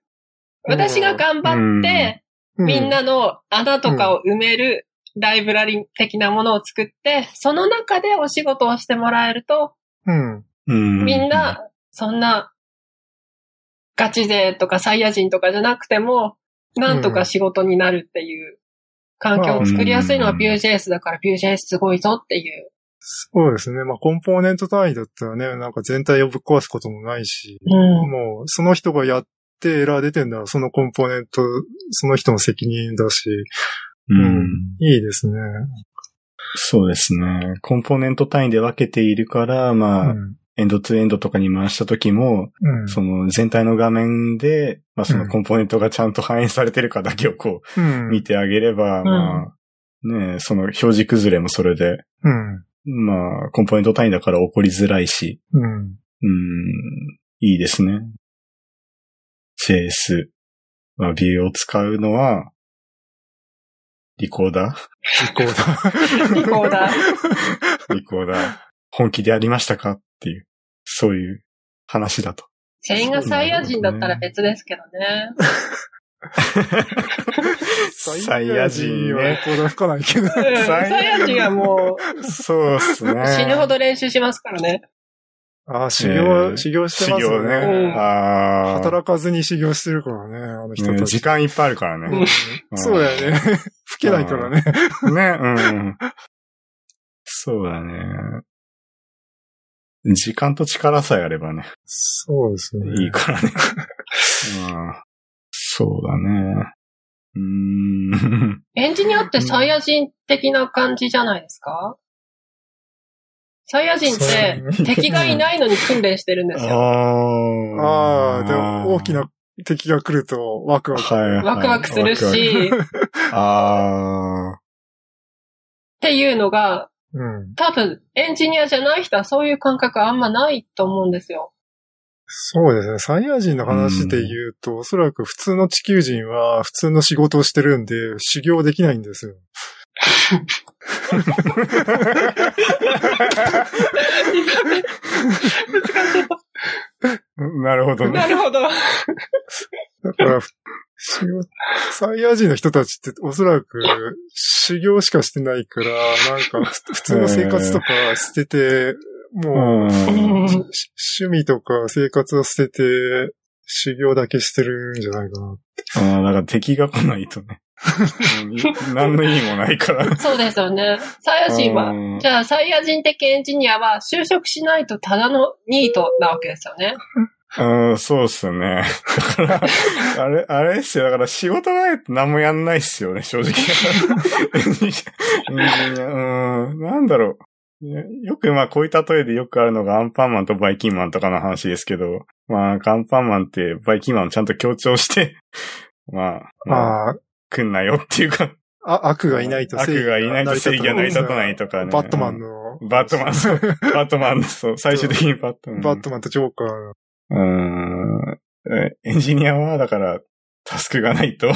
C: 私が頑張って、
B: う
C: みん。なの穴とかを埋めるライブラリ的なものを作って、その中でお仕事をしてもらえると、
B: うん。
A: うん
C: みん、な、そんな、ガチ勢とかサイヤ人とかじゃなくても、なんとか仕事になるっていう環境を作りやすいのは
A: うん
C: Vue.js だから Vue.js すごいぞっていう。
B: そうですね。まあコンポーネント単位だったらね、なんか全体をぶっ壊すこともないし、
C: うん。
B: もうその人がやってエラー出てんだらそのコンポーネント、その人の責任だし、
A: うん。
B: いいですね。
A: そうですね。コンポーネント単位で分けているから、
B: う
A: まあ、
B: ん。
A: エンドツーエンドとかに回した時も、
B: うん。
A: その全体の画面で、まあそ
B: うん
A: のコンポーネントがちゃんと反映されてるかだけをこ
B: う。
A: うん見てあげれば、まあ、ねえその表示崩れもそれで、
B: うん。
A: まあ、コンポーネント単位だから起こりづらいし、
B: うん。
A: うん、いいですね。JS。まあ、ビューを使うのは、リコーダ
B: リコーダー。
C: リコーダー。
A: ーリコーダー。本気でやりましたかっていう、そういう話だと。
C: 全員がサイヤ人だったら別ですけどね。
A: サイヤ人
B: は
A: ね
B: リコーダー吹かないけど。
C: うん
A: サイヤ人
C: サイヤ人はもう
A: そうっすね。
C: 死ぬほど練習しますからね。
B: ああ、修行、
A: えー
B: 修行して
A: 修
B: ます
A: 行ね。
C: うん
A: ああ。
B: 働かずに修行してるからね、あの人
A: ね
B: たち。
A: 時間いっぱいあるから
B: うん
A: ね。
B: そうだよね。 吹けないからね。
A: ね、うん。そうだね。時間と力さえあればね、
B: そうですね。
A: いいからね。うん、そうだね。うーん。
C: エンジニアってサイヤ人的な感じじゃないですかサイヤ人って敵がいないのに訓練してるんで すよ。
A: あ
B: ああ、でも大きな敵が来るとワクワク。
A: はいはい
C: ワクワクするし、
A: ああ。
C: っていうのが、
B: うん。
C: 多分エンジニアじゃない人はそういう感覚あんまないと思うんですよ。
B: そうですね。サイヤ人の話で言うと、おそらく普通の地球人は普通の仕事をしてるんで、修行できないんですよ。
A: なるほどね。
C: なるほど。
B: だから、修行、サイヤ人の人たちっておそらく修行しかしてないから、 なんかふ普通の生活とか捨てて、
A: うん。
B: もう、
C: うん
B: し趣味とか生活を捨てて、修行だけしてるんじゃないかな。
A: ああ、だから敵が来ないとね。う ん何の意味もないから。
C: そうですよね。サイヤ人は、
A: うん
C: じゃあサイヤ人的エンジニアは就職しないとただのニートなわけですよね。
A: うん、そうっすよね。だから、あれ、あれっすよ。だから仕事がないと何もやんないっすよね、正 直。うん、なんだろう。いやよくまあこういう例えでよくあるのがアンパンマンとバイキンマンとかの話ですけど、まあアンパンマンってバイキンマンをちゃんと強調して、まあ、まあ、
B: あ
A: 来んなよっていうか、
B: あ、あ悪がいないと
A: 悪がいないと正義が成り立たないとかね。
B: バットマンの。
A: バットマンそうバットマン、そう、最終的にバットマン。
B: バットマンとジョーカーの。
A: うーんえエンジニアは、だから、タスクがないと、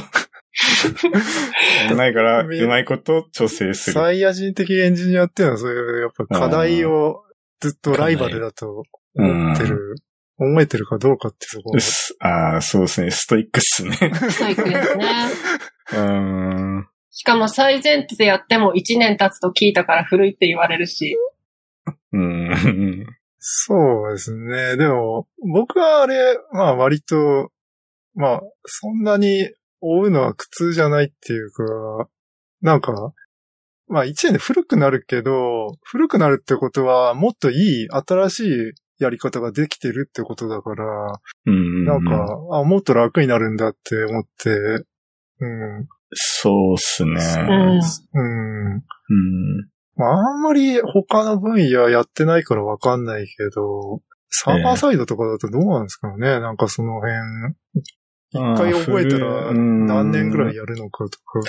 A: ないから、
B: 見えないう
A: まいこと調整する。
B: サイヤ人的エンジニアっていうのはそういう、やっぱ課題をずっとライバルだと思ってる、思えてるかどうかってそこ
A: うっ。すああ、そうですね。ストイックっすね。
C: ストイックですね。
A: うーん。
C: しかも最前提でやっても1年経つと聞いたから古いって言われるし。
A: うーん。
B: そうですね。でも、僕はあれ、まあ割と、まあ、そんなに追うのは苦痛じゃないっていうか、なんか、まあ一年で古くなるけど、古くなるってことは、もっといい新しいやり方ができてるってことだから、
A: うん。
B: なんか、あ、もっと楽になるんだって思って、うん、
A: そうっすね。
C: うん。
B: うん。
A: うん。
B: まあ、あんまり他の分野やってないからわかんないけど、サーバーサイドとかだとどうなんですかね、なんかその辺。一回覚えたら何年ぐらい
A: い
B: やるのかとか。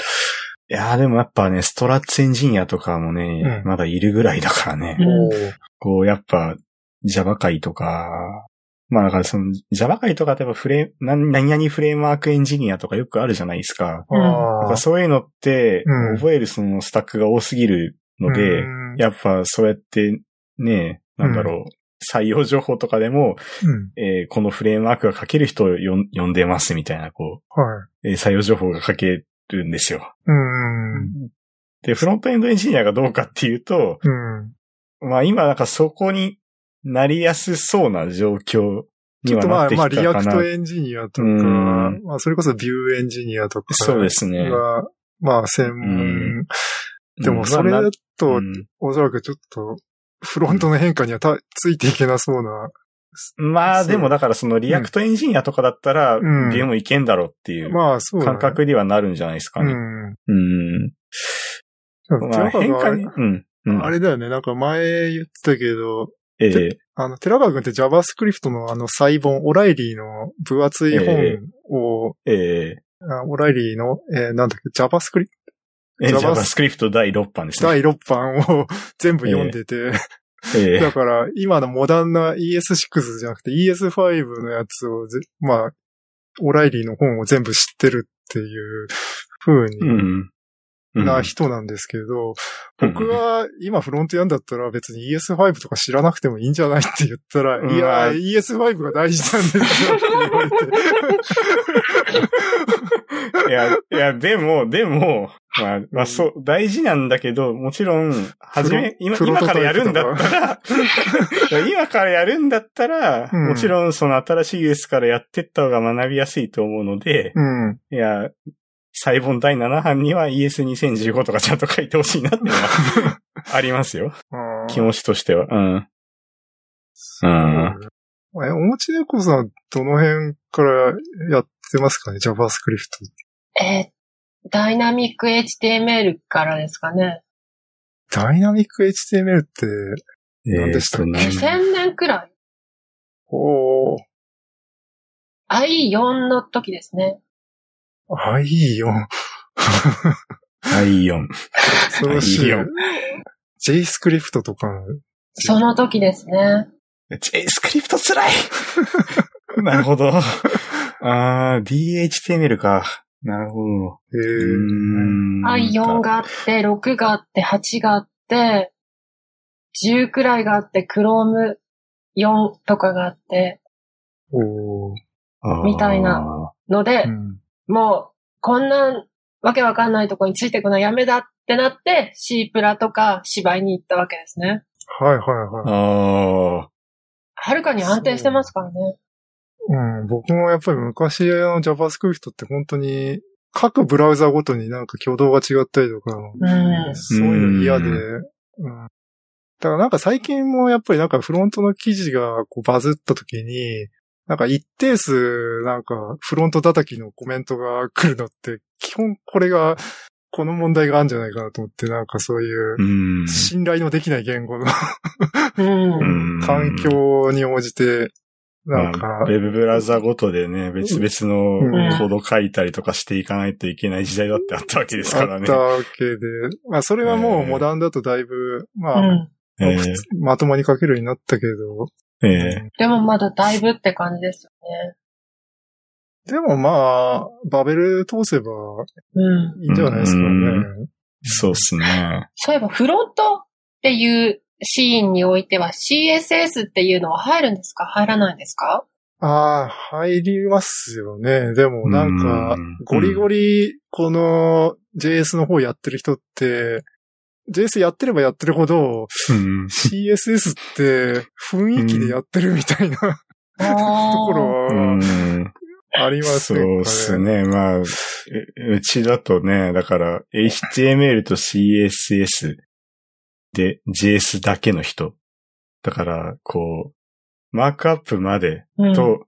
A: や、でもやっぱね、ストラッツエンジニアとかもね、
B: うん
A: まだいるぐらいだからね。
C: うん
B: おー
A: こう、やっぱ、Java 界とか、まあだからその Java 界とかってやっぱフレー何、何々フレームワークエンジニアとかよくあるじゃないですか。
C: うん
B: あ
A: やっ
B: ー
A: ぱそういうのって
B: うん、
A: 覚えるそのスタックが多すぎるので、
B: うん
A: やっぱそうやってね、なんだろう、採用情報とかでも、
B: うん
A: えーこのフレームワークが書ける人をよん呼んでますみたいな、こ
B: はい。
A: う、えー採用情報が書けるんですよ。
B: うん。うん。
A: で、フロントエンドエンジニアがどうかっていうと、まあ今なんかそこになりやすそうな状況
B: ち
A: に
B: ょっ
A: は
B: とま
A: な
B: あ、
A: ってき
B: まあ、
A: た
B: リア
A: か
B: ク
A: な。
B: トエンジニアとか、
A: うん
B: まあ、それこそビューエンジニアとか。
A: そうですね。
B: が、まあ、専
A: う
B: 門。で
A: う
B: も、
A: ん
B: それだと、
A: うん
B: おそらくちょっと、フロントの変化にはたついていけなそうな。
A: まあでもだからそのリアクトエンジニアとかだったら、
B: うん
A: でもいけんだろうっていう
B: まあ、そうだね
A: 感覚にはなるんじゃないですかね。
B: うん。
A: うん。まあ変化に、うん。うん
B: あれだよね、なんか前言ってたけど、
A: ええ
B: あの、寺川君って JavaScript のあの細本、オライリーの分厚い
A: え
B: 本を、
A: ええ
B: あオライリーの、えーなんだっけ、JavaScript
A: え
B: Java-
A: JavaScript 第6版ですね。
B: 第6版を全部読んで て、
A: ええ
B: だから今のモダンな ES6 じゃなくて ES5 のやつをぜ、まあ、オライリーの本を全部知ってるっていう風に
A: うん。うん
B: な人なんですけど、
A: うん
B: 僕は今フロントやんだったら別に ES5 とか知らなくてもいいんじゃないって言ったら、
A: うん
B: いやー、ES5 が大事なんですよって言われて。
A: いや、いや、でも、でも、まあ、まあ、そう、大事なんだけど、もちろん、はじめ、今、
B: プロ
A: 今
B: プロ
A: か
B: ト
A: らや
B: タイプ
A: る
B: と
A: んだ
B: か
A: ったら、 今からやるんだったら、
B: うん
A: もちろん、その新しい US からやってった方が学びやすいと思うので、
B: うん。
A: いや、細本第7版には ES2015 とかちゃんと書いてほしいなっていうの はありますよ。
B: あー
A: 気持ちとしては。うん。うん。
B: え、おもちねこさん、どの辺からやってますかね ?JavaScript。
C: えーダイナミック HTML からですかね。
B: ダイナミック HTML って、何でしたっけ
A: えーと
C: 2000年くらい
B: おー、
C: ?I4 の時ですね。
B: あ、いいよ。
A: 第4。
B: 恐ろし
A: い
B: い
A: いよ。
B: JScript とかの、
C: その時ですね。
A: JScript 辛い なるほど。あー、DHTML か。なるほど。
B: え
A: うー
B: ー、
A: ん。
C: はい、4があって、6があって、8があって、10くらいがあって、Chrome 4とかがあって、
B: おー、
A: あー
C: みたいな。ので、
B: うん。
C: もう、こんなわけわかんないとこについてくのやめだってなって、シープラとか芝居に行ったわけですね。
B: はいはいはい。
A: あ
C: はるかに安定してますからね。
B: うん、僕もやっぱり昔の JavaScript って本当に、各ブラウザごとになんか挙動が違ったりとか、
C: うん。
B: そういうの嫌で、うん。だからなんか最近もやっぱりなんかフロントの記事がこうバズった時に、なんか一定数なんかフロント叩きのコメントが来るのって、基本これが、この問題があるんじゃないかなと思って、なんかそういう
A: ー。う、ーん。
B: 信頼のできない言語の
C: うん。
A: うん
B: 環境に応じて、
A: ま
B: なん
A: あ
B: か
A: ウ、ェブブラウザごとでね、別々
B: うん
A: のコード書いたりとかしていかないといけない時代だってあったわけですから
B: あっ
A: ね
B: た。わけで、まあそれはも
A: えー
B: うモダンだとだいぶ、ま
C: う
B: あ、
C: ん。
A: えー
B: 普通まともに書けるようになったけど、
A: えー
C: でもまだだいぶって感じですよ
B: でもまあ、バベル通せば
C: ね。うん。
B: いいんじゃないですかね。
A: うんそうっすね。
C: そういえばフロントっていうシーンにおいては CSS っていうのは入るんですか入らないんですか
B: ああ、入りますよね。でもなんか
A: うん、
B: ゴリゴリ、この JS の方やってる人って、JS やってればやってるほど、
A: うん。
B: CSS って雰囲気でやってるみたいなと
C: ああ。
B: ころは
A: うん
B: ありま
A: そ
B: す
A: う
B: ね。
A: っすね。まあ、ううちだとね、だから、HTML と CSS で JS だけの人。だから、こう、マークアップまで
C: うん、
A: と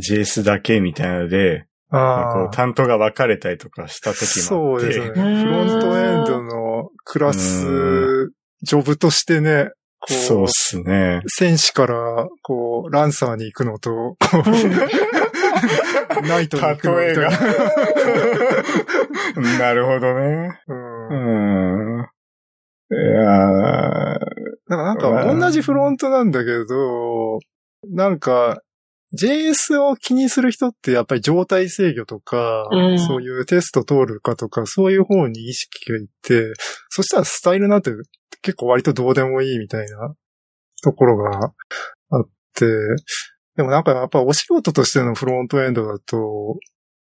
A: JS だけみたいなので、
B: これ。
A: まあこ
B: あ
A: う
B: あ。
A: 担当が分かれたりとかした時も
B: そ
A: あっ
B: う
A: て。
B: ですね。フ
C: うん
B: ロントエンドのクラス、ジョブとしてね、こう、
A: そうっすね。
B: 戦士から、こう、ランサーに行くのと、こう、ナイトに行くの みたいな。
A: なるほどね。
B: うん
A: う。ん。いやー
B: だからなんか、同じフロントなんだけど、なんか、JS を気にする人ってやっぱり状態制御とか、
C: うん
B: そういうテスト通るかとか、そういう方に意識がいって、そしたらスタイルなんて結構割とどうでもいいみたいなところがあって、でもなんかやっぱお仕事としてのフロントエンドだと、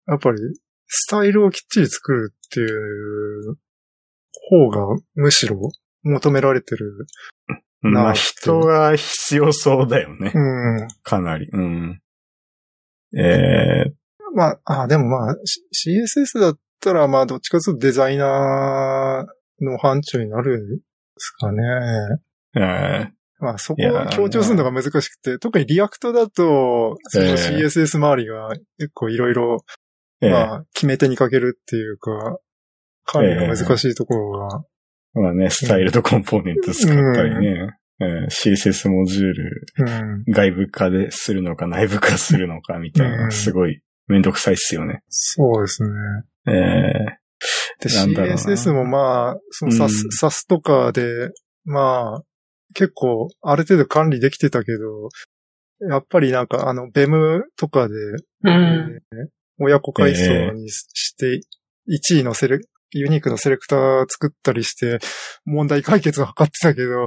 B: やっぱりスタイルをきっちり作るっていう方がむしろ求められてる
A: ま
B: な
A: あ
B: って
A: 人が必要そうだよね。
B: うん。
A: かなり。うん。えー、
B: まあ、あ、でもまあ、C- CSS だったら、まあ、どっちかというとデザイナーの範疇になるんですかね。
A: え
B: まあ、そこ
A: いや
B: を強調するのが難しくて、特にリアクトだと、その
A: ええ
B: CSS 周りが結構いろいろ、
A: ー、えー
B: まあ、決め手にかけるっていうか、管理が難しいところが、
A: まあね、スタイルとコンポーネント使ったりね。えー CSS モジュール、
B: うん。
A: 外部化でするのか内部化するのかみたいうな、
B: ん
A: すごいめんどくさいっすよね。
B: そうですね。
A: え
B: で、
A: なんだろうな
B: CSS もまあ、その
A: うん
B: サス、サスとかで、まあ、結構、ある程度管理できてたけど、やっぱりなんか、あの、ベムとかで、
C: うん。
B: 親子階層にしして、1位のセレク、ユニークのセレクター作ったりして、問題解決を図ってたけど、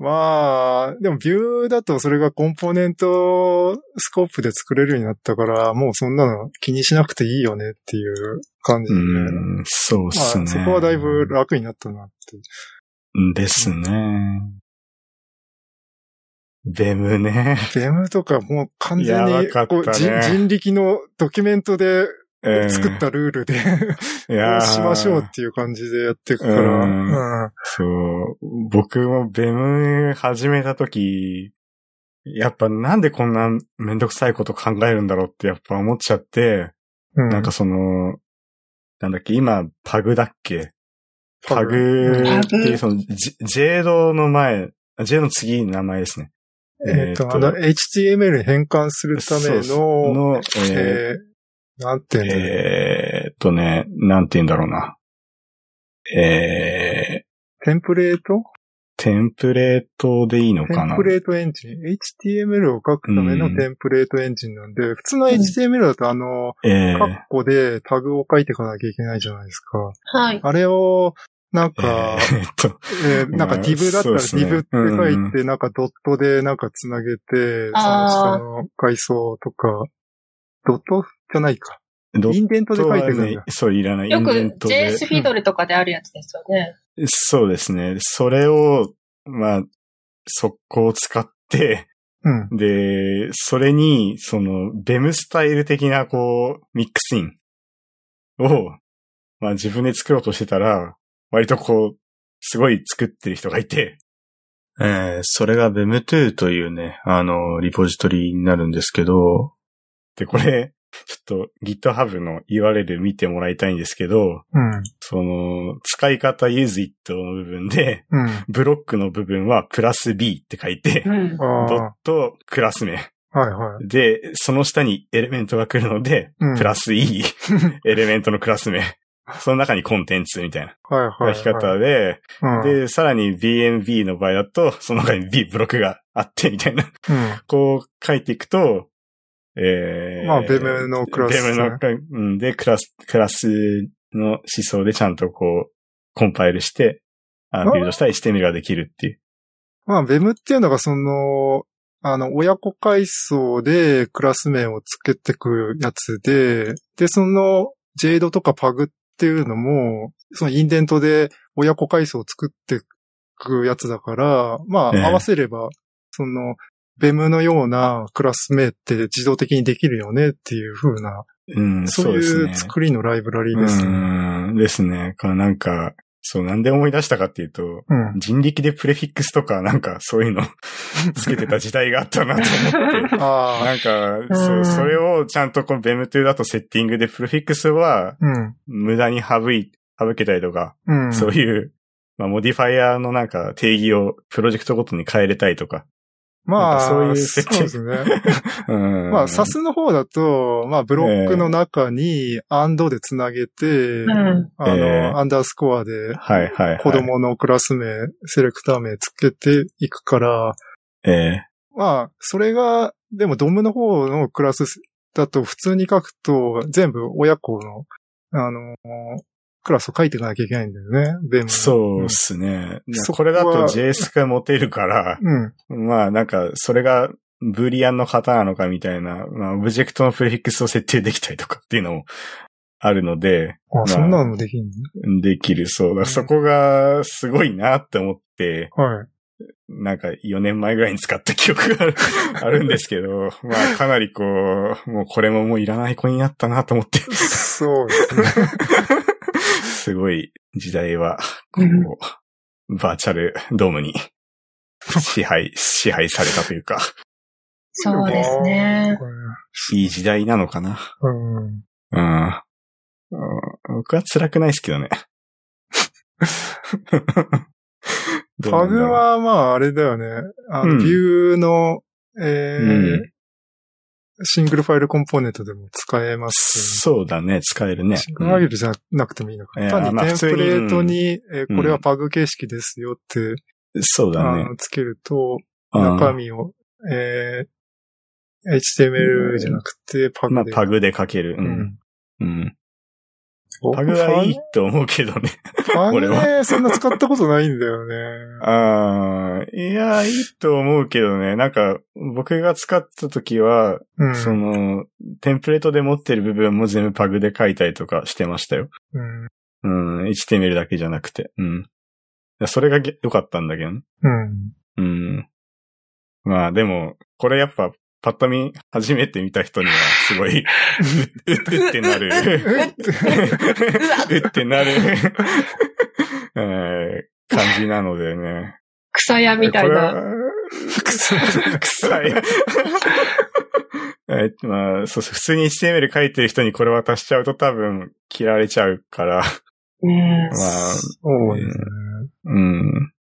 B: まあ、でもビューだとそれがコンポーネントスコープで作れるようになったから、もうそんなの気にしなくていいよねっていう感じ
A: ー、
B: で。
A: うん、そうっ
B: まあ、
A: すね。
B: そこはだいぶ楽になったなって。
A: ですね。ベムね。
B: ベムとかもう完全
A: いやわ
B: に
A: かった
B: こ
A: ね
B: う、人人力のドキュメントで 作ったルールで、
A: た。い
B: こ
A: や
B: う
A: ー
B: しましょうっていう感じでやっていくから。
A: うん
B: うん
A: そう。僕もベム始めたとき、やっぱなんでこんなめんどくさいこと考えるんだろうってやっぱ思っちゃって、
B: うん
A: なんかその、なんだっけ、今、パグだっけパグっていうその、ジジェードの前、ジェードの次の名前ですね。
B: えっ
A: えー
B: と、
A: と
B: あの、HTML に変換するため
A: そうそう
B: の、
A: の、え
B: えー、なんて
A: ー
B: いうんだろう
A: えーっとね、なんて言うんだろうな。えー、
B: テンプレート
A: テンプレートでいいの
B: テ
A: か
B: ン
A: な
B: プレートエンジン。HTML を書くため
A: う
B: の
A: ん
B: テンプレートエンジンなんで、普通の HTML だとあの、
A: え
B: カッコでタグを書いていかなきゃいけないじゃないですか。
C: はい。
B: あれを、なん
A: ー、
B: か、
A: えーっと、
B: えーなんか
A: まあ
B: div だっ
A: そ
B: たら
A: うですね
B: div って
A: うん
B: 書
A: う
B: い
A: ん
B: て、なんかドットでなんかつなげて、その
C: あ
B: 下
C: ー
B: の階層とか、ドットじゃないか。
A: ド
B: インデントで書いてくるん
A: ね
B: だ。、
A: そう、いらない。
C: よく
A: インデントで
C: JS フィードルとかであるやつですよね。
A: そうですね。それを、まあ、速攻使って、
B: うん。
A: で、それに、その、ベムスタイル的な、こう、ミックスインを、まあ自分で作ろうとしてたら、割とこう、すごい作ってる人がいて、えーそれが Vem2 というね、あの、リポジトリになるんですけど、で、これ、ちょっと GitHub の URL 見てもらいたいんですけど、
B: うん。
A: その、使い方 use it の部分で、
B: うん。
A: ブロックの部分はプラス B って書いて、
C: うん。
A: ド
B: あ
A: ットクラス名。
B: あ、はいはい。
A: で、その下にエレメントが来るので、
B: うん
A: プラス E、エレメントのクラス名。その中にコンテンツみたいな
B: はいはい、はい。
A: 書き方で、
B: うん、
A: で、さらに BMB の場合だと、その中に B ブロックがあって、みたいな。
B: うん。
A: こう書いていくと、えー、
B: まあベムのクラス
A: ベムのクラうん、で、クラス、クラスの思想でちゃんとこう、コンパイルして、あ
B: あ
A: ビルドしたりしてみができるっていう。
B: まあ、ベムっていうのがその、あの、親子階層でクラス名をつけてくやつで、で、その、ジェイドとかパグっていうのも、そのインデントで親子階層を作ってくやつだから、まあ、
A: ええ
B: 合わせれば、その、ベムのようなクラス名って自動的にできるよねっていう風な、
A: うん、
B: そう
A: です
B: い
A: ね
B: う作りのライブラリーです
A: う
B: ね。
A: ん、ですね。かなんか、そう、なんで思い出したかっていうと、
B: うん。
A: 人力でプレフィックスとかなんかそういうの つけてた時代があったなと思 って。
B: ああ、
A: なんか、
C: う
A: そ
C: ん
A: う、それをちゃんとこの BEM2 だとセッティングでプレフィックスは
B: うん。
A: 無駄に省い、省けたりとか、
B: うん。
A: そういう、まあ、モディファイアのなんか定義をプロジェクトごとに変えれたりとか。な
B: まあ、
A: んかそういう
B: そう
A: 設定
B: ですね。
A: うん。
B: まあ、サスの方だと、まあ、ブロックの中に、アンドでつなげて、
C: うん。
B: あの、
A: えー
B: アンダースコアで、
A: はいはい、はい。
B: 子。供のクラス名、セレクター名つけていくから、
A: ええ
B: まあ、それが、でも、ドムの方のクラスだと、普通に書くと、全部親子の、あの、クラスを書いていかなきゃいけないんだよね、ベムの。
A: そうですね。
B: んそこ
A: これ
B: は
A: だと JS が持てるから、
B: うん。
A: まあなんか、それがブリアンの型なのかみたいな、まあオブジェクトのプレフィックスを設定できたりとかっていうのもあるので、
B: あ、そんなのできんの
A: できるそう。だから
B: ん
A: そこがすごいなって思って、
B: はい。
A: なんか4年前ぐらいに使った記憶があるあるんですけど、まあかなりこう、もうこれももういらない子になったなと思って、
B: そうですね。
A: すごい時代は、こ
C: う
A: う、
C: ん
A: バーチャルドームに支配、支配されたというか、
C: そうですね。
B: これ
A: いい時代なのかな。
B: うん。
A: うん。うん僕は辛くないですけどね。 どうなん
B: タ
A: だ
B: グ
A: ろう、
B: は、まあ、あれだよね。あの、
A: うん
B: ビューの、えー
A: うん
B: シングルファイルコンポーネントでも使えます
A: そうだね、使える
B: よね。
A: ね。
B: シングルファイルじゃなくてもいいのか。
A: いや
B: 単に
A: まあ
B: テンプレートに、え
A: う
B: ー
A: ん
B: これはパグ形式ですよって、
A: うんそうだ
B: あ
A: ね。
B: の、つけると、
A: うん
B: 中身を、えー HTML じゃなくて、パ
A: まあ、
B: グで。
A: パグで書ける。う。
B: うんん。
A: うん。
B: 僕
A: パグはいいと思うけどね。
B: パグ
A: 俺
B: ね、そんな使ったことないんだよね。
A: ああ、いや、いいと思うけどね。なんか、僕が使った時は、
B: うん。
A: その、テンプレートで持ってる部分も全部パグで書いたりとかしてましたよ。
B: うん。
A: うん。HTML だけじゃなくて。うん。いやそれがげ良かったんだけどね。
B: うん。
A: うん。まあでも、これやっぱ、パッと見、初めて見た人には、すごい、うううってなる。
B: え
A: うってなる、えー感じなのでね。
C: 草屋みたいな。
A: 臭い。臭い。えまあ、そうそう、普通に HTML 書いてる人にこれ渡しちゃうと多分、切られちゃうから、
C: うん
A: ま。あ、
B: そうですね。
A: うん。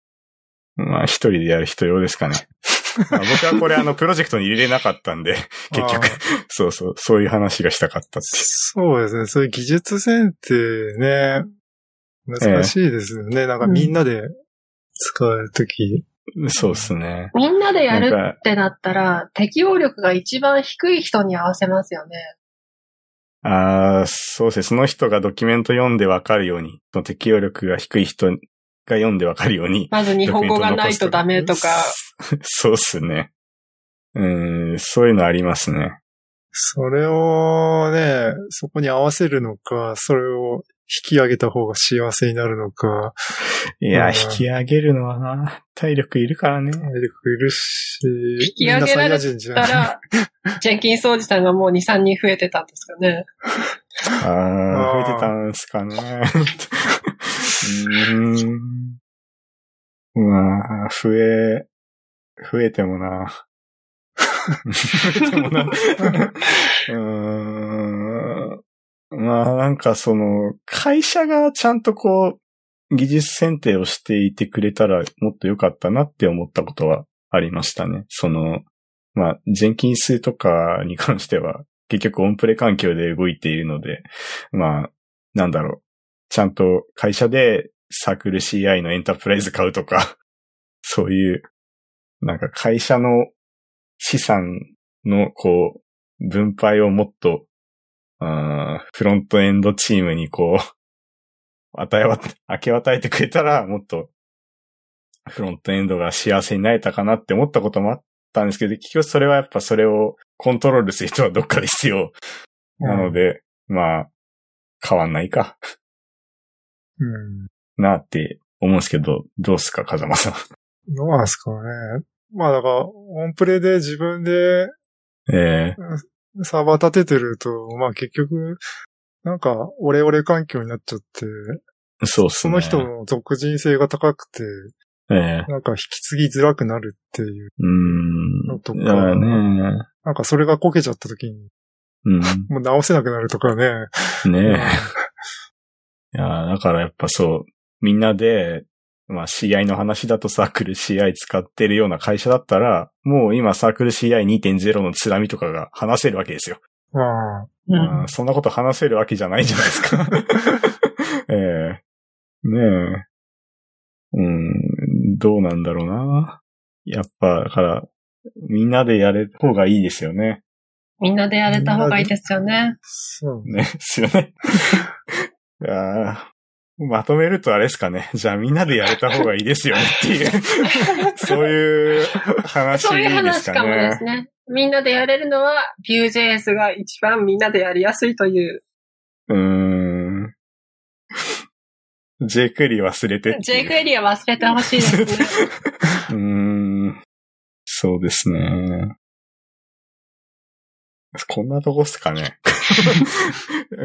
A: まあ、一人でやる人用ですかね。 まあ僕はこれあの、プロジェクトに入れなかったんで、結
B: あ
A: 局
B: ー、
A: そうそう、そういう話がしたかったっていう。
B: そうですね。そういう技術選定ね。難しいですよね。なんかみんなで使うとき。
A: そうですね。
C: みんなで
A: な
C: や
A: ん
C: る
A: か
C: っ、てなったら、適応力が一番低い人に合わせますよね。
A: ああ、そうですね。その人がドキュメント読んでわかるように、その適応力が低い人が読んでわかるように。
C: まず日本語がないとダメとか。
A: そうっすね。うん、そういうのありますね。
B: それをね、そこに合わせるのか、それを引き上げた方が幸せになるのか、
A: いや、
B: うん
A: 引き上げるのはな、体力いるからね。
B: 体力いるし、
C: 引き上げら
B: みん
C: れたら
B: なサイヤ人じゃ
C: だ
B: ない
C: から、ジェンキン掃除さんがもう2、3人増えてたんですかね。
A: ああ、増えてたんすかね。 うーん。まあ、増え、増えてもな。増えて もな。うーん。まあ、なんかその、会社がちゃんとこう、技術選定をしていてくれたらもっと良かったなって思ったことはありましたね。その、まあ、ジェンキンスとかに関しては、結局オンプレ環境で動いているので、まあ、なんだろう。ちゃんと会社でサークル CI のエンタープライズ買うとか、 そういう、なんか会社の資産のこう、分配をもっと、あーフロントエンドチームにこう、 与えわ、明け渡えてくれたら、もっと、フロントエンドが幸せになれたかなって思ったこともあったんですけど、結局それはやっぱそれをコントロールする人はどっかで必要なので、まあ、変わんないか
B: うん
A: なって思うんですけど、どうすか、風間さん。
B: どうなんですかね。まあだから、オンプレで自分で
A: ええ
B: サーバー立ててると、まあ結局、なんか、オレオレ環境になっちゃって、
A: そうっす
B: そ
A: ね。
B: の人の属人性が高くて、
A: ええ
B: なんか引き継ぎづらくなるっていう、
A: う
B: のと
A: ー
B: か
A: ん。だからね。
B: なんかそれがこけちゃった時に、
A: うん。
B: もう直せなくなるとかね。
A: ねえ。いやーだからやっぱそう、みんなで、まあ CI の話だとサークル CI 使ってるような会社だったら、もう今サークル CI2.0 のつらみとかが話せるわけですよ。
B: うんまあ、
C: う
A: うんん、そんなこと話せるわけじゃないじゃないです か。ええねえ。うん、どうなんだろうな。やっぱ、だから、みんなでやれた方がいいですよね。
C: みんなでやれた方がいいですよね。
B: そう。
A: ね、ですよ ね。いやーまとめるとあれですかね。じゃあみんなでやれた方がいいですよねっていう、そういう話
C: そういう
A: です
C: 話
A: かね。
C: かもですね。みんなでやれるのは、Vue.js が一番みんなでやりやすいという、
A: うーん。ジェクリ忘れてっていう
C: J クエリは忘れてほしいですね。
A: うーん。そうですね。こんなとこっすか ね。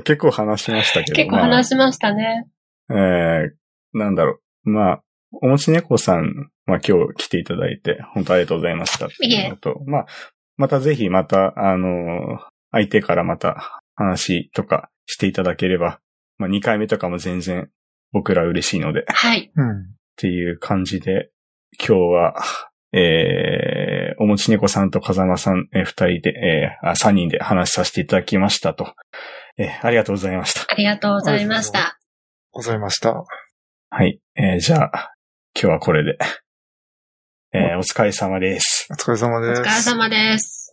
A: 結構話しましたけど。
C: 結構話しましたね。
A: まあえー、なんだろう。まあ、おもち猫さん、まあ今日来ていただいて、本当ありがとうございましたっていうのと、まあ、またぜひまた、あのー相手からまた話とかしていただければ、まあ2回目とかも全然僕ら嬉しいので。
C: はい。
B: うん。
A: っていう感じで、今日は、えー、おもち猫さんと風間さん、えー二人で、えーあ、三人で話させていただきましたと。えーありがとうございました。
C: ありがとうございました。
B: ございました。
A: はい。えーじゃあ、今日はこれで。えーお疲れ様です
B: お。疲れ様
C: お
B: です。
C: 疲れ様です。